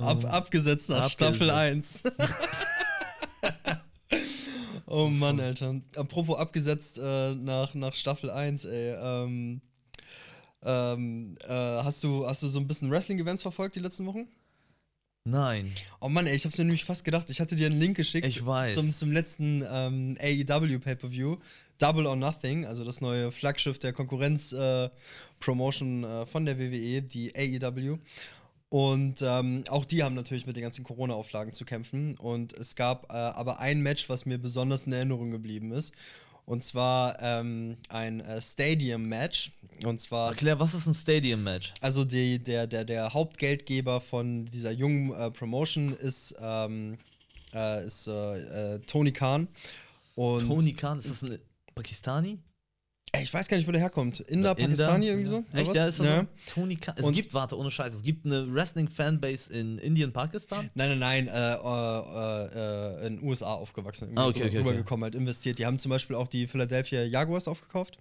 S1: Ab, abgesetzt nach
S2: Abgesetzt.
S1: Staffel 1. (laughs) oh Mann, Alter. Apropos abgesetzt äh, nach, nach Staffel 1, ey. Ähm, ähm, äh, hast, du, hast du so ein bisschen Wrestling-Events verfolgt die letzten Wochen?
S2: Nein.
S1: Oh Mann, ey, ich hab's mir nämlich fast gedacht. Ich hatte dir einen Link geschickt
S2: Ich weiß.
S1: Zum, zum letzten ähm, AEW Pay-Per-View. Double or Nothing, also das neue Flaggschiff der Konkurrenz-Promotion äh, von der WWE, die AEW. Und ähm, auch die haben natürlich mit den ganzen Corona-Auflagen zu kämpfen. Und es gab äh, aber ein Match, was mir besonders in Erinnerung geblieben ist. Und zwar ähm, ein äh, Stadium-Match. Und zwar
S2: Erklär, was ist ein Stadium-Match?
S1: also die, der, der, der Hauptgeldgeber von dieser jungen äh, Promotion ist, ähm, äh, ist äh, äh, Tony Khan. Und
S2: Tony Khan, ist das ein Pakistani?
S1: Ey, ich weiß gar nicht, wo der herkommt. Inder,
S2: Inder?
S1: Pakistani irgendwie so?
S2: Echt,
S1: sowas?
S2: ja, ist das
S1: Ja.
S2: so? Tony Khan. Es
S1: Und-
S2: gibt, warte, ohne Scheiß, es gibt eine Wrestling-Fanbase in Indien, Pakistan.
S1: Nein, nein, nein, äh, äh, äh, in den USA aufgewachsen. irgendwie
S2: Ah, okay,
S1: rüber-
S2: okay, okay.
S1: rübergekommen, halt investiert. Die haben zum Beispiel auch die Philadelphia Jaguars aufgekauft.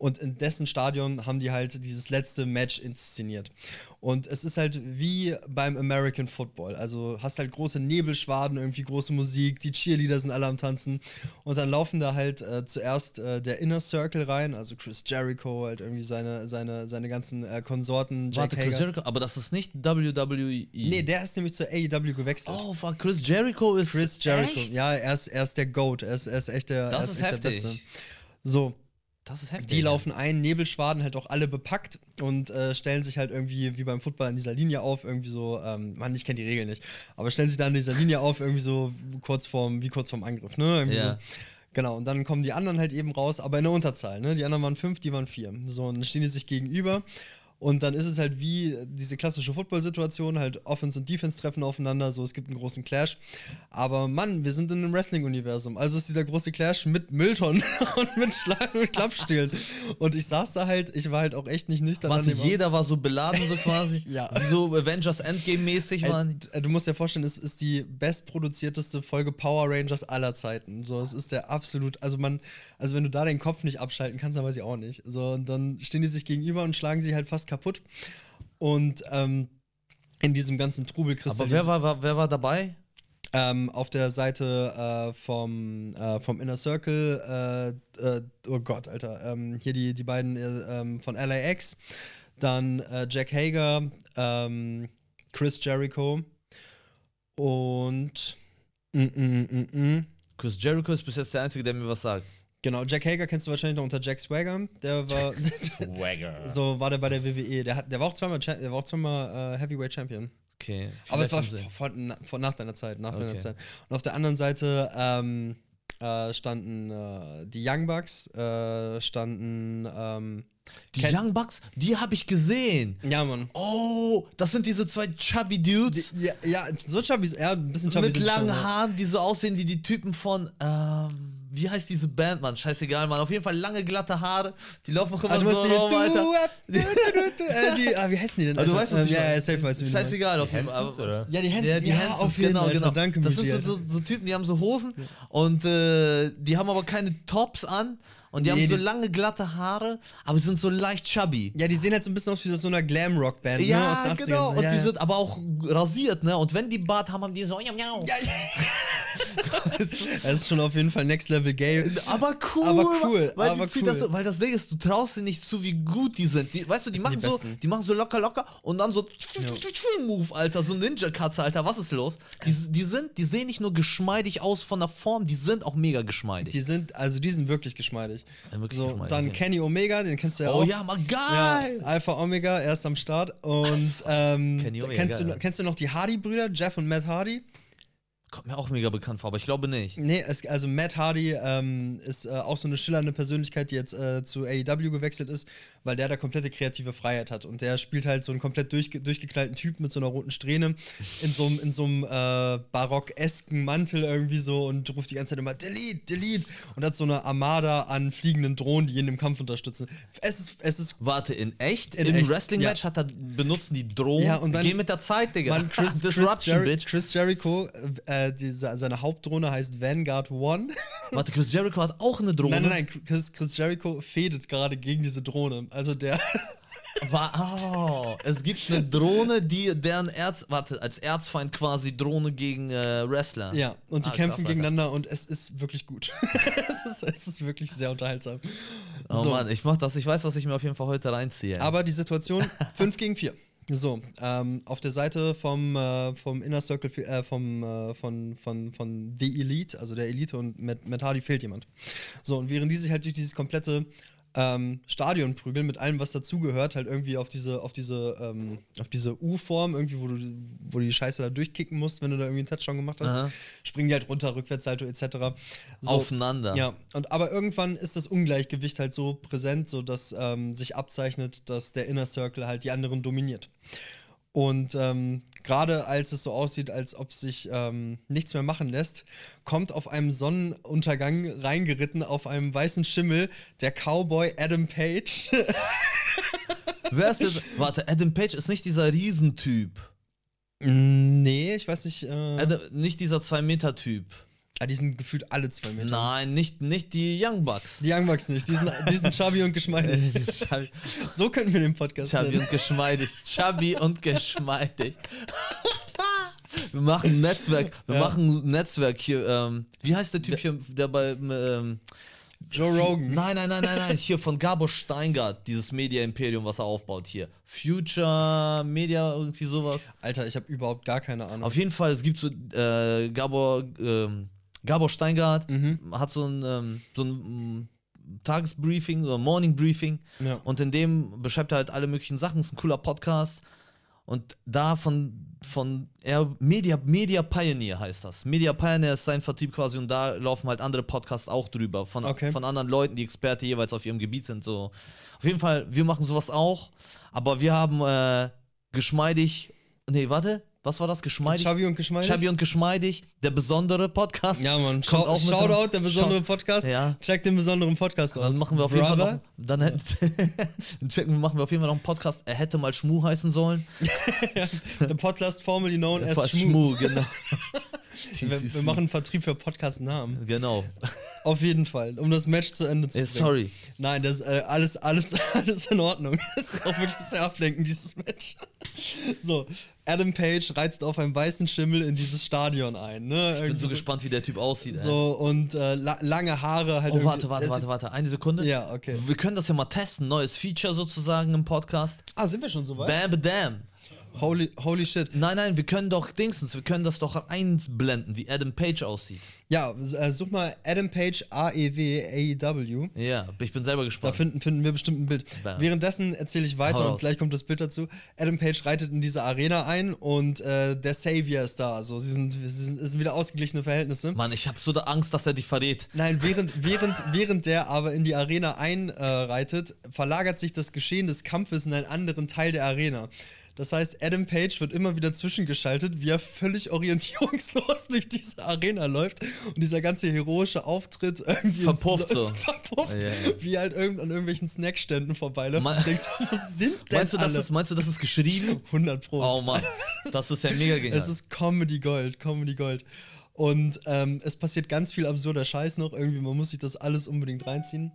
S1: Und in dessen Stadion haben die halt dieses letzte Match inszeniert. Und es ist halt wie beim American Football. Also hast halt große Nebelschwaden, irgendwie große Musik, die Cheerleader sind alle am Tanzen. Und dann laufen da halt äh, zuerst äh, der Inner Circle rein, also Chris Jericho, halt irgendwie seine, seine, seine ganzen äh, Konsorten. Jake
S2: Warte, Chris
S1: Hager.
S2: Jericho, aber das ist nicht WWE.
S1: Nee, der ist nämlich zur AEW gewechselt.
S2: Oh, fuck, Chris Jericho ist.
S1: Chris Jericho.
S2: Echt?
S1: Ja, er ist, er ist der GOAT. Er ist, er ist echt der,
S2: Das
S1: er
S2: ist
S1: echt
S2: heftig.
S1: der Beste. So,
S2: Das ist heftig.
S1: die laufen ein, Nebelschwaden halt auch alle bepackt und äh, stellen sich halt irgendwie wie beim Football an dieser Linie auf, irgendwie so, ähm, Mann, ich kenne die Regeln nicht, aber stellen sich da an dieser Linie auf, irgendwie so kurz vorm, wie kurz vorm Angriff, ne? Irgendwie
S2: Ja.
S1: so. Genau, und dann kommen die anderen halt eben raus, aber in der Unterzahl, ne? Die anderen waren fünf, die waren vier. So, und dann stehen die sich gegenüber. Und dann ist es halt wie diese klassische Football-Situation, halt Offense und Defense treffen aufeinander, so es gibt einen großen Clash. Aber Mann, wir sind in einem Wrestling-Universum. Also ist dieser große Clash mit Mülltonnen (laughs) und mit Schlag- und Klappstühlen. Und ich saß da halt, ich war halt auch echt nicht nüchtern. an
S2: Warte,
S1: dem Abend.
S2: jeder war so beladen,
S1: (laughs)
S2: so quasi.
S1: Ja.
S2: So Avengers Endgame-mäßig,
S1: Ey,
S2: man.
S1: d- du musst dir vorstellen, es ist die bestproduzierteste Folge Power Rangers aller Zeiten. So, es ist der absolut, also man, also wenn du da den Kopf nicht abschalten kannst, dann weiß ich auch nicht. So, und dann stehen die sich gegenüber und schlagen sie halt fast kaputt. Und ähm, in diesem ganzen Trubel
S2: Aber wer
S1: kristallisiert.
S2: war, war, wer war dabei?
S1: Ähm, auf der Seite äh, vom, äh, vom Inner Circle, äh, äh, oh Gott, Alter, ähm, hier die, die beiden äh, ähm, von LAX, dann äh, Jack Hager, ähm, Chris Jericho und. Mm, mm, mm, mm.
S2: Chris Jericho ist bis jetzt der Einzige, der mir was sagt.
S1: Genau, Jack Hager kennst du wahrscheinlich noch unter Jack Swagger. Der war,
S3: Swagger.
S1: (laughs) so war der bei der WWE. Der, hat, der war auch zweimal, Cha- der war auch zweimal äh, Heavyweight Champion.
S2: Okay.
S1: Aber es war
S2: vielleicht
S1: vor, vor, na- vor, nach deiner Zeit, nach deiner
S2: Okay.
S1: Zeit. Und auf der anderen Seite ähm, äh, standen äh, die Young Bucks, äh, standen ähm,
S2: Die
S1: Ken-
S2: Young Bucks, die habe ich gesehen.
S1: ja Mann,
S2: Oh, das sind diese zwei chubby Dudes
S1: ja, ja so Chubbies, ja ein bisschen Chubbies
S2: mit
S1: sind die schon,
S2: langen
S1: ne? äh, ja.
S2: Haaren, die so aussehen wie die Typen von, ähm, wie heißt diese Band, Mann? Scheißegal, Mann. Auf jeden Fall lange, glatte Haare. Die laufen auch immer
S1: Ah, du
S2: so
S1: meinst die,
S2: rum, Alter.
S1: du, du, du, du, äh, die, ah, wie heißen die denn?
S2: Aber du
S1: Alter?
S2: weißt, was
S1: Ähm,
S2: ich
S1: Ja,
S2: meine.
S1: ja, safe weiß ich, wie du meinst.
S2: Scheißegal, auf jeden Fall.
S3: Hansons,
S2: aber-
S3: oder?
S1: Ja, die Hands,
S2: Ja, die Hansons,
S1: auf jeden
S2: genau,
S1: Fall.
S2: genau.
S1: Danke,
S2: das
S1: Michi,
S2: sind so, so, so Typen, die haben so Hosen und äh, die haben aber keine Tops an und die
S1: Nee,
S2: haben so
S1: die-
S2: lange glatte Haare, aber sind so leicht chubby.
S1: Ja, die sehen halt so ein bisschen aus wie so einer Glam-Rock-Band. ne, aus
S2: Ja,
S1: den 80ern,
S2: genau.
S1: so,
S2: Und
S1: ja,
S2: die
S1: ja.
S2: sind aber auch rasiert, ne? Und wenn die Bart haben, haben die so. Ja, ja.
S1: (laughs) Das ist schon auf jeden Fall Next Level
S2: (laughs)
S1: Gay.
S2: Aber cool.
S1: Aber cool,
S2: Weil,
S1: aber
S2: die ziehen das
S1: cool.
S2: so, weil das Ding ist, du traust dir nicht zu, wie gut die sind. Die, weißt du, die
S1: Das
S2: machen,
S1: sind die
S2: so,
S1: Besten.
S2: die machen so locker, locker und dann so.
S1: Ja.
S2: Move, Alter. So Ninja-Katze, Alter. Was ist los? Die, die, sind, die sehen nicht nur geschmeidig aus von der Form, die sind auch mega geschmeidig.
S1: Die sind, also die sind wirklich geschmeidig.
S2: Ja, wirklich
S1: so,
S2: geschmeidig,
S1: dann
S2: okay.
S1: Kenny Omega, den kennst du ja
S2: oh
S1: auch.
S2: ja, mal
S1: Ja,
S2: geil.
S1: Alpha Omega, er ist am Start. Und ähm,
S2: (laughs) Kenny Omega,
S1: kennst, du,
S2: ja.
S1: kennst du noch die Hardy-Brüder, Jeff und Matt Hardy?
S2: Kommt mir auch mega bekannt vor, aber ich glaube nicht.
S1: Nee, es, also Matt Hardy ähm, ist äh, auch so eine schillernde Persönlichkeit, die jetzt äh, zu AEW gewechselt ist, weil der da komplette kreative Freiheit hat. Und der spielt halt so einen komplett durchge durchgeknallten Typ mit so einer roten Strähne in so einem in so einem, äh, barockesken Mantel irgendwie so und ruft die ganze Zeit immer Delete, Delete und hat so eine Armada an fliegenden Drohnen, die ihn im Kampf unterstützen. Es ist, es ist
S2: Warte, in echt?
S1: In
S2: Im
S1: echt,
S2: Wrestling-Match hat er benutzen die Drohnen.
S1: Ja, und dann-
S2: Geh mit der Zeit, Digga.
S1: Mann,
S2: (laughs)
S1: Chris, Chris,
S2: Disruption,
S1: Jeri-
S2: Bitch.
S1: Chris Jericho, äh, die, se- seine Hauptdrohne heißt Vanguard One.
S2: Warte, Chris Jericho hat auch eine Drohne.
S1: Nein, nein, nein, Chris, Chris Jericho fädet gerade gegen diese Drohne. Also der. (laughs)
S2: Wow, es gibt eine Drohne, die deren Erz, warte, als Erzfeind quasi Drohne gegen äh, Wrestler.
S1: Ja, und die
S2: Ah,
S1: kämpfen
S2: krass, Alter.
S1: gegeneinander und es ist wirklich gut. (laughs) es, ist, es ist wirklich sehr unterhaltsam.
S2: Oh
S1: So.
S2: Mann, ich mach das, ich weiß, was ich mir auf jeden Fall heute
S1: (laughs)
S2: reinziehe.
S1: Aber die Situation 5 gegen 4. So, ähm, auf der Seite vom, äh, vom Inner Circle, äh, vom, äh, von, von, von The Elite, also der Elite und Matt, Matt Hardy fehlt jemand. So, und während die sich halt durch dieses komplette ähm, Stadion prügeln, mit allem, was dazugehört, halt irgendwie auf diese, auf diese, ähm, auf diese U-Form, irgendwie, wo du, wo du die Scheiße da durchkicken musst, wenn du da irgendwie einen Touchdown gemacht hast,
S2: Aha.
S1: springen die halt runter, Rückwärtssalto etc. So,
S2: Aufeinander.
S1: ja, und aber irgendwann ist das Ungleichgewicht halt so präsent, so dass ähm, sich abzeichnet, dass der Inner Circle halt die anderen dominiert. Und ähm, gerade als es so aussieht, als ob sich ähm, nichts mehr machen lässt, kommt auf einem Sonnenuntergang reingeritten auf einem weißen Schimmel der Cowboy Adam Page. (laughs)
S2: Wer ist jetzt, warte, Adam Page ist nicht dieser Riesentyp.
S1: Mm, nee, ich weiß nicht. Äh,
S2: Adam, nicht dieser 2-Meter-Typ.
S1: ah, die sind gefühlt alle zwei Meter.
S2: Nein, nicht, nicht die Young Bucks. (laughs)
S1: Die Young Bucks nicht. Die sind, die sind chubby und geschmeidig.
S2: Chubby,
S1: so können wir den Podcast
S2: chubby
S1: nennen.
S2: und geschmeidig. Chubby und geschmeidig. Wir machen ein Netzwerk. Wir
S1: Ja.
S2: machen ein Netzwerk hier. Ähm, wie heißt der Typ hier, der bei. Ähm,
S1: Joe Rogan.
S2: Nein, nein, nein, nein, nein. Hier von Gabo Steingart, dieses Media-Imperium, was er aufbaut hier. Future Media, irgendwie sowas.
S1: Alter, ich habe überhaupt gar keine Ahnung.
S2: Auf jeden Fall, es gibt so äh, Gabor, ähm, Gabor Steingart
S1: Mhm.
S2: hat so ein, ähm, so ein mm, Tagesbriefing oder Morning Briefing
S1: Ja.
S2: und in dem beschreibt er halt alle möglichen Sachen. Ist ein cooler Podcast und da von von er Media Media Pioneer heißt das. Media Pioneer ist sein Vertrieb quasi und da laufen halt andere Podcasts auch drüber von
S1: Okay.
S2: von anderen Leuten, die Experte jeweils auf ihrem Gebiet sind. So auf jeden Fall, wir machen sowas auch, aber wir haben äh, geschmeidig. Nee, warte, was war das? Geschmeidig.
S1: Chubby und geschmeidig.
S2: Chubby und geschmeidig, der besondere Podcast.
S1: ja, Mann.
S2: Kommt
S1: Schau,
S2: auch mit
S1: Shoutout,
S2: dem-
S1: der besondere
S2: Schau-
S1: Podcast.
S2: Ja.
S1: Check den besonderen Podcast aus.
S2: Dann machen wir auf jeden Fall noch,
S1: Brother.
S2: dann hätten- (laughs) dann checken, machen wir auf jeden Fall noch einen Podcast. Er hätte mal Schmu heißen sollen.
S1: The Podcast Formally known as
S2: Fast
S1: Schmu. (laughs)
S2: genau. (laughs)
S1: Wir, wir
S2: TCC.
S1: machen einen Vertrieb für Podcast-Namen. (laughs)
S2: Genau.
S1: Auf jeden Fall, um das Match zu Ende zu
S2: Ey,
S1: bringen.
S2: sorry.
S1: Nein, das äh, alles, alles, (laughs) alles in Ordnung. Es ist auch wirklich sehr ablenkend, dieses Match. So, Adam Page reizt auf einem weißen Schimmel in dieses Stadion ein. Ne?
S2: Ich bin
S1: Irgendwie
S2: so gespannt, wie der Typ aussieht. ey.
S1: So, und äh, la lange Haare halt.
S2: oh, warte,
S1: irgendwie-
S2: warte,
S1: es-
S2: warte, warte. Eine Sekunde.
S1: Ja, okay.
S2: Wir können das ja mal testen. Neues Feature sozusagen im Podcast.
S1: Ah, sind wir schon so weit?
S2: Bam, bam.
S1: Holy, holy shit.
S2: Nein, nein, wir können doch Dingsens, wir können das doch einblenden, wie Adam Page aussieht.
S1: Ja, s- äh, such mal Adam Page E AEW, AEW.
S2: Ja, ich bin selber
S1: Da
S2: gespannt.
S1: finden, finden wir bestimmt ein Bild.
S2: Bam.
S1: Währenddessen erzähle ich
S2: Hau
S1: weiter und
S2: raus.
S1: gleich kommt das Bild dazu. Adam Page reitet in diese Arena ein und äh, der Savior ist da. Also, sie sind, sie sind, es sind wieder ausgeglichene Verhältnisse.
S2: Mann, ich habe so da Angst, dass er dich verrät.
S1: Nein, während, während, während der aber in die Arena einreitet, verlagert sich das Geschehen des Kampfes in einen anderen Teil der Arena. Das heißt, Adam Page wird immer wieder zwischengeschaltet, wie er völlig orientierungslos (laughs) durch diese Arena läuft und dieser ganze heroische Auftritt irgendwie ins
S2: Verpufft
S1: Lo- (laughs)
S2: so.
S1: verpufft,
S2: Ja, ja.
S1: wie er halt irgend an irgendwelchen Snackständen vorbeiläuft.
S2: Ma-
S1: Und du denkst, was sind denn
S2: Meinst du, das
S1: alle?
S2: ist, meinst du, das ist geschrieben?
S1: 100 Pro.
S2: Oh Mann, das ist ja mega genial.
S1: Es ist Comedy Gold, Comedy Gold. Und ähm, es passiert ganz viel absurder Scheiß noch. Irgendwie, man muss sich das alles unbedingt reinziehen.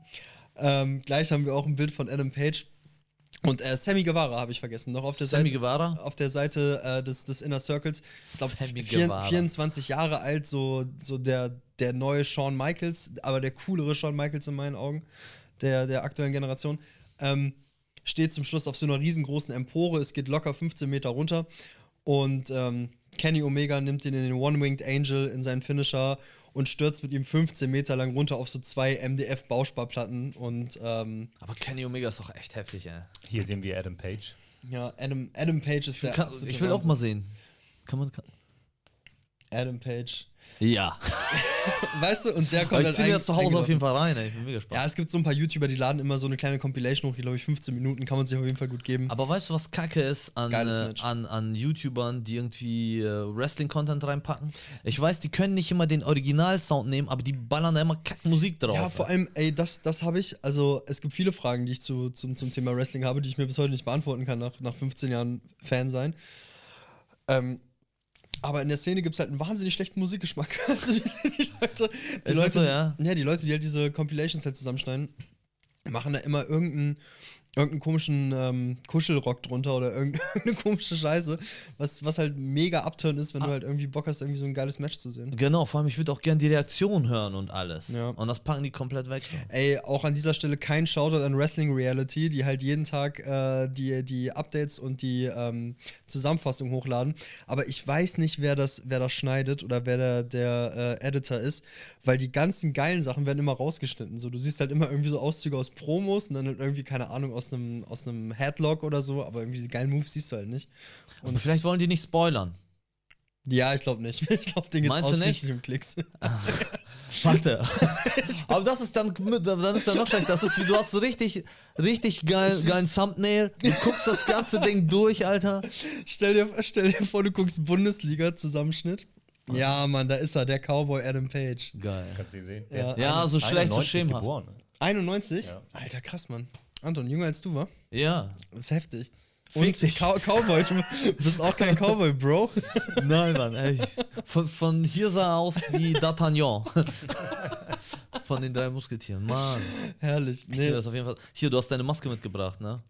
S1: Ähm, gleich haben wir auch ein Bild von Adam Page. Und äh, Sammy Guevara habe ich vergessen, noch auf der
S2: Sammy
S1: Seite.
S2: Guevara?
S1: Auf der Seite äh, des, des Inner Circles. Ich glaube,
S2: Sammy Guevara.
S1: 24 Jahre alt, so, so der, der neue Shawn Michaels, aber der coolere Shawn Michaels in meinen Augen, der, der aktuellen Generation. Ähm, steht zum Schluss auf so einer riesengroßen Empore. Es geht locker 15 Meter runter. Und ähm, Kenny Omega nimmt ihn in den One-Winged Angel in seinen Finisher und stürzt mit ihm 15 Meter lang runter auf so zwei MDF-Bausparplatten. Und ähm,
S2: Aber Kenny Omega ist doch echt heftig, ey.
S3: Hier sehen wir Adam Page.
S1: ja, Adam, Adam Page ist der.
S2: Kann,
S1: absolute
S2: ich will auch
S1: Wahnsinn.
S2: mal sehen. Kann man. Kann.
S1: Adam Page.
S2: Ja.
S1: Weißt du, und der kommt
S2: Aber ich
S1: halt
S2: ziehe mir das
S1: einge-
S2: zu Hause auf
S1: eingelaufen.
S2: jeden Fall rein, ey. Ich bin mega gespannt.
S1: Ja, es gibt so ein paar YouTuber, die laden immer so eine kleine Compilation hoch, die glaube ich 15 Minuten, kann man sich auf jeden Fall gut geben.
S2: Aber weißt du, was kacke ist an,
S1: Geiles
S2: äh,
S1: Match.
S2: an, an YouTubern, die irgendwie äh, Wrestling-Content reinpacken? Ich weiß, die können nicht immer den Original-Sound nehmen, aber die ballern da immer Kackmusik drauf.
S1: Ja, vor
S2: ey.
S1: allem, ey, das, das habe ich. Also, es gibt viele Fragen, die ich zu, zum, zum Thema Wrestling habe, die ich mir bis heute nicht beantworten kann, nach, nach 15 Jahren Fan sein. Ähm, aber in der Szene gibt es halt einen wahnsinnig schlechten Musikgeschmack. (laughs) Also, die, die Leute, die
S2: das
S1: Leute,
S2: so, ja?
S1: Die, ja, die Leute, die halt diese Compilations halt zusammenschneiden, machen da immer irgendein, irgendeinen komischen ähm, Kuschelrock drunter oder (laughs) irgendeine komische Scheiße, was, was halt mega abturn ist, wenn
S2: Ah.
S1: du halt irgendwie Bock hast, irgendwie so ein geiles Match zu sehen.
S2: Genau, vor allem, ich würde auch gern die Reaktion hören und alles.
S1: Ja.
S2: Und das packen die komplett weg. So.
S1: Ey, auch an dieser Stelle kein Shoutout an Wrestling Reality, die halt jeden Tag äh, die, die Updates und die ähm, Zusammenfassung hochladen. Aber ich weiß nicht, wer das, wer das schneidet oder wer der, der äh, Editor ist, weil die ganzen geilen Sachen werden immer rausgeschnitten. So, du siehst halt immer irgendwie so Auszüge aus Promos und dann halt irgendwie, keine Ahnung, aus einem aus einem Headlock oder so, aber irgendwie die geilen Moves siehst du halt nicht.
S2: Und vielleicht wollen die nicht spoilern.
S1: Ja, ich glaube nicht. (laughs) Ich glaube, den geht's
S2: Meinst du nicht?
S1: ausschließlich um Klicks.
S2: Warte. (laughs) Aber das ist dann, dann ist dann noch schlecht. Das ist, wie- du hast so richtig, richtig geil, geilen Thumbnail. Du guckst das ganze Ding durch, Alter.
S1: Stell dir, stell dir vor, du guckst Bundesliga-Zusammenschnitt. Ja, Mann, da ist er, der Cowboy Adam Page.
S2: Geil.
S3: Kannst du ihn sehen?
S1: Ja.
S2: Ja, so schlecht und
S3: 91
S2: schämhaft.
S3: geboren. ne?
S1: 91?
S3: Ja.
S1: Alter, krass, Mann. Anton, jünger als du, war?
S2: Ja.
S1: Das ist heftig.
S2: Fick dich.
S1: Cow Cowboy, du bist auch kein Cowboy, Bro.
S2: Nein, Mann, ey. Von, von hier sah er aus wie D'Artagnan. (laughs) Von den drei Musketieren. Mann.
S1: Herrlich.
S2: Ich zieh
S1: Nee.
S2: Das auf jeden Fall. Hier, du hast deine Maske mitgebracht, ne?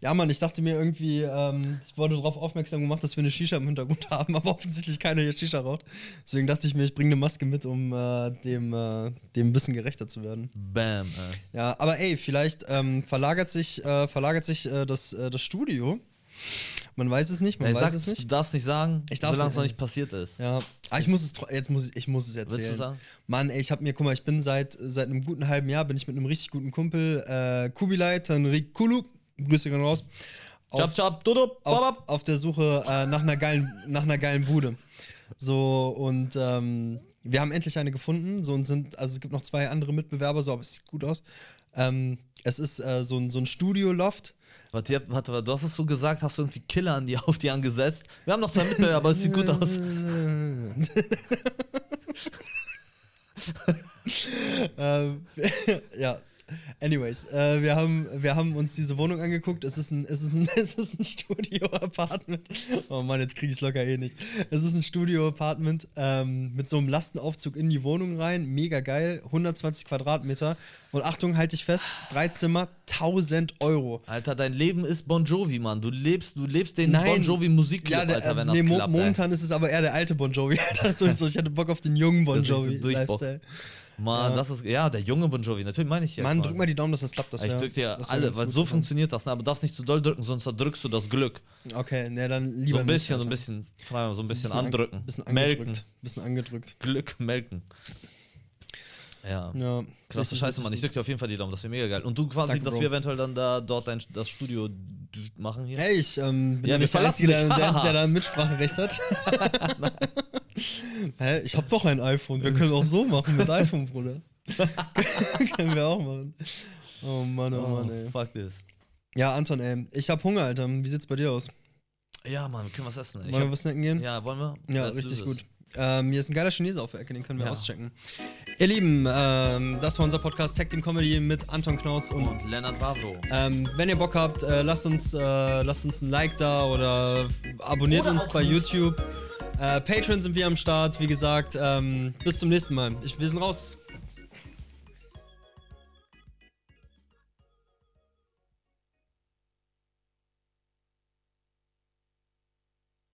S1: Ja, Mann, ich dachte mir irgendwie, ähm, ich wurde darauf aufmerksam gemacht, dass wir eine Shisha im Hintergrund (laughs) haben, aber offensichtlich keiner hier Shisha raucht. Deswegen dachte ich mir, ich bringe eine Maske mit, um äh, dem, äh, dem Wissen gerechter zu werden.
S2: Bam, ey.
S1: Ja, aber ey, vielleicht ähm, verlagert sich, äh, verlagert sich äh, das, äh, das Studio. Man weiß es nicht, man
S2: ey
S1: weiß
S2: sag,
S1: es
S2: Du (laughs)
S1: nicht.
S2: darfst nicht sagen,
S1: Ich darf's
S2: solange es
S1: nicht.
S2: noch nicht passiert ist.
S1: Ja, ah, ich muss es tro- jetzt muss ich, ich muss es
S2: du
S1: erzählen.
S2: sagen?
S1: Mann, ey, ich hab mir, guck mal, ich bin seit seit einem guten halben Jahr bin ich mit einem richtig guten Kumpel äh, Kubilai Tanrik Kulu, Grüße gehen raus.
S2: Chop, chop, dudup,
S1: auf,
S2: babab.
S1: auf der Suche äh, nach, einer geilen, nach einer geilen Bude. So, und ähm, wir haben endlich eine gefunden. So, und sind, also es gibt noch zwei andere Mitbewerber, so, aber es sieht gut aus. Ähm, es ist äh, so ein, so ein Studio-Loft.
S2: Warte, ihr habt- warte, warte, du hast es so gesagt, hast du irgendwie Killer an die, (laughs) auf die angesetzt. Wir haben noch zwei Mitbewerber, aber es sieht gut aus.
S1: (laughs) ähm, ja. Anyways, äh, wir, haben, wir haben uns diese Wohnung angeguckt. Es ist ein, es ist ein, (laughs) es ist ein Studio-Apartment. Oh Mann, jetzt kriege ich es locker eh nicht. Es ist ein Studio-Apartment ähm, mit so einem Lastenaufzug in die Wohnung rein. Mega geil. 120 Quadratmeter. Und Achtung, halte ich fest: drei Zimmer, 1000 Euro.
S2: Alter, dein Leben ist Bon Jovi, Mann. Du lebst, du lebst den
S1: Nein.
S2: Bon Jovi Musikclub,
S1: Ja, der,
S2: Alter, wenn
S1: äh,
S2: das
S1: nee, mo-
S2: klappt.
S1: momentan ist es aber eher der alte Bon Jovi. (laughs) Das sowieso. Ich hatte Bock auf den jungen Bon
S2: Das ist so
S1: Jovi.
S2: Durchbock.
S1: Lifestyle.
S2: ey. Mann,
S1: ja.
S2: das ist ja der junge Bon Jovi. Natürlich meine ich jetzt.
S1: Mann, drück mal die Daumen, dass das klappt. Das
S2: ich
S1: wär-
S2: drück dir
S1: das wär
S2: alle,
S1: ganz
S2: weil
S1: gut
S2: so
S1: geworden.
S2: funktioniert das, ne? aber darfst nicht zu doll drücken, sonst erdrückst du das Glück.
S1: Okay, ne, dann
S2: So
S1: lieber.
S2: ein
S1: nicht,
S2: bisschen, so ein
S1: Alter.
S2: bisschen, frei, so ein bisschen
S1: an-
S2: andrücken.
S1: Bisschen
S2: melken.
S1: angedrückt. Bisschen angedrückt.
S2: Glück melken. Ja.
S1: Ja.
S2: Krasse
S1: richtig,
S2: Scheiße,
S1: richtig
S2: Mann. Ich
S1: gut.
S2: drück dir auf jeden Fall die Daumen. Das wäre mega geil. Und du quasi,
S1: Danke,
S2: dass
S1: Bro.
S2: wir eventuell dann da dort dein, das Studio machen hier.
S1: Hey, ich ähm, bin
S2: Ja, wir
S1: nämlich der
S2: verlassen
S1: Einzige, der,
S2: dich.
S1: der,
S2: (laughs)
S1: der da ein Mitspracherecht hat. (laughs) Hä, ich hab doch ein iPhone. Wir können auch so machen mit iPhone, Bruder. (laughs) können wir auch machen. Oh Mann, oh, Mann, ey.
S2: fuck this.
S1: Ja, Anton, ey. Ich hab Hunger, Alter. Wie sieht's bei dir aus?
S2: Ja, Mann, wir können was essen. Ich
S1: Wollen wir
S2: hab,
S1: was snacken gehen?
S2: ja, wollen wir?
S1: Ja,
S2: Let's do
S1: richtig
S2: this.
S1: gut. Ähm, hier ist ein geiler Chinese auf der Ecke, den können wir
S2: Ja.
S1: auschecken. Ihr Lieben, ähm, das war unser Podcast Tag Team Comedy mit Anton Knaus und
S2: Und Leonard Wavro.
S1: ähm, wenn ihr Bock habt, äh, lasst, uns, äh, lasst uns ein Like da oder abonniert uns bei YouTube. Äh, Patreon sind wir am Start, wie gesagt. Ähm, bis zum nächsten Mal. Ich, wir sind raus.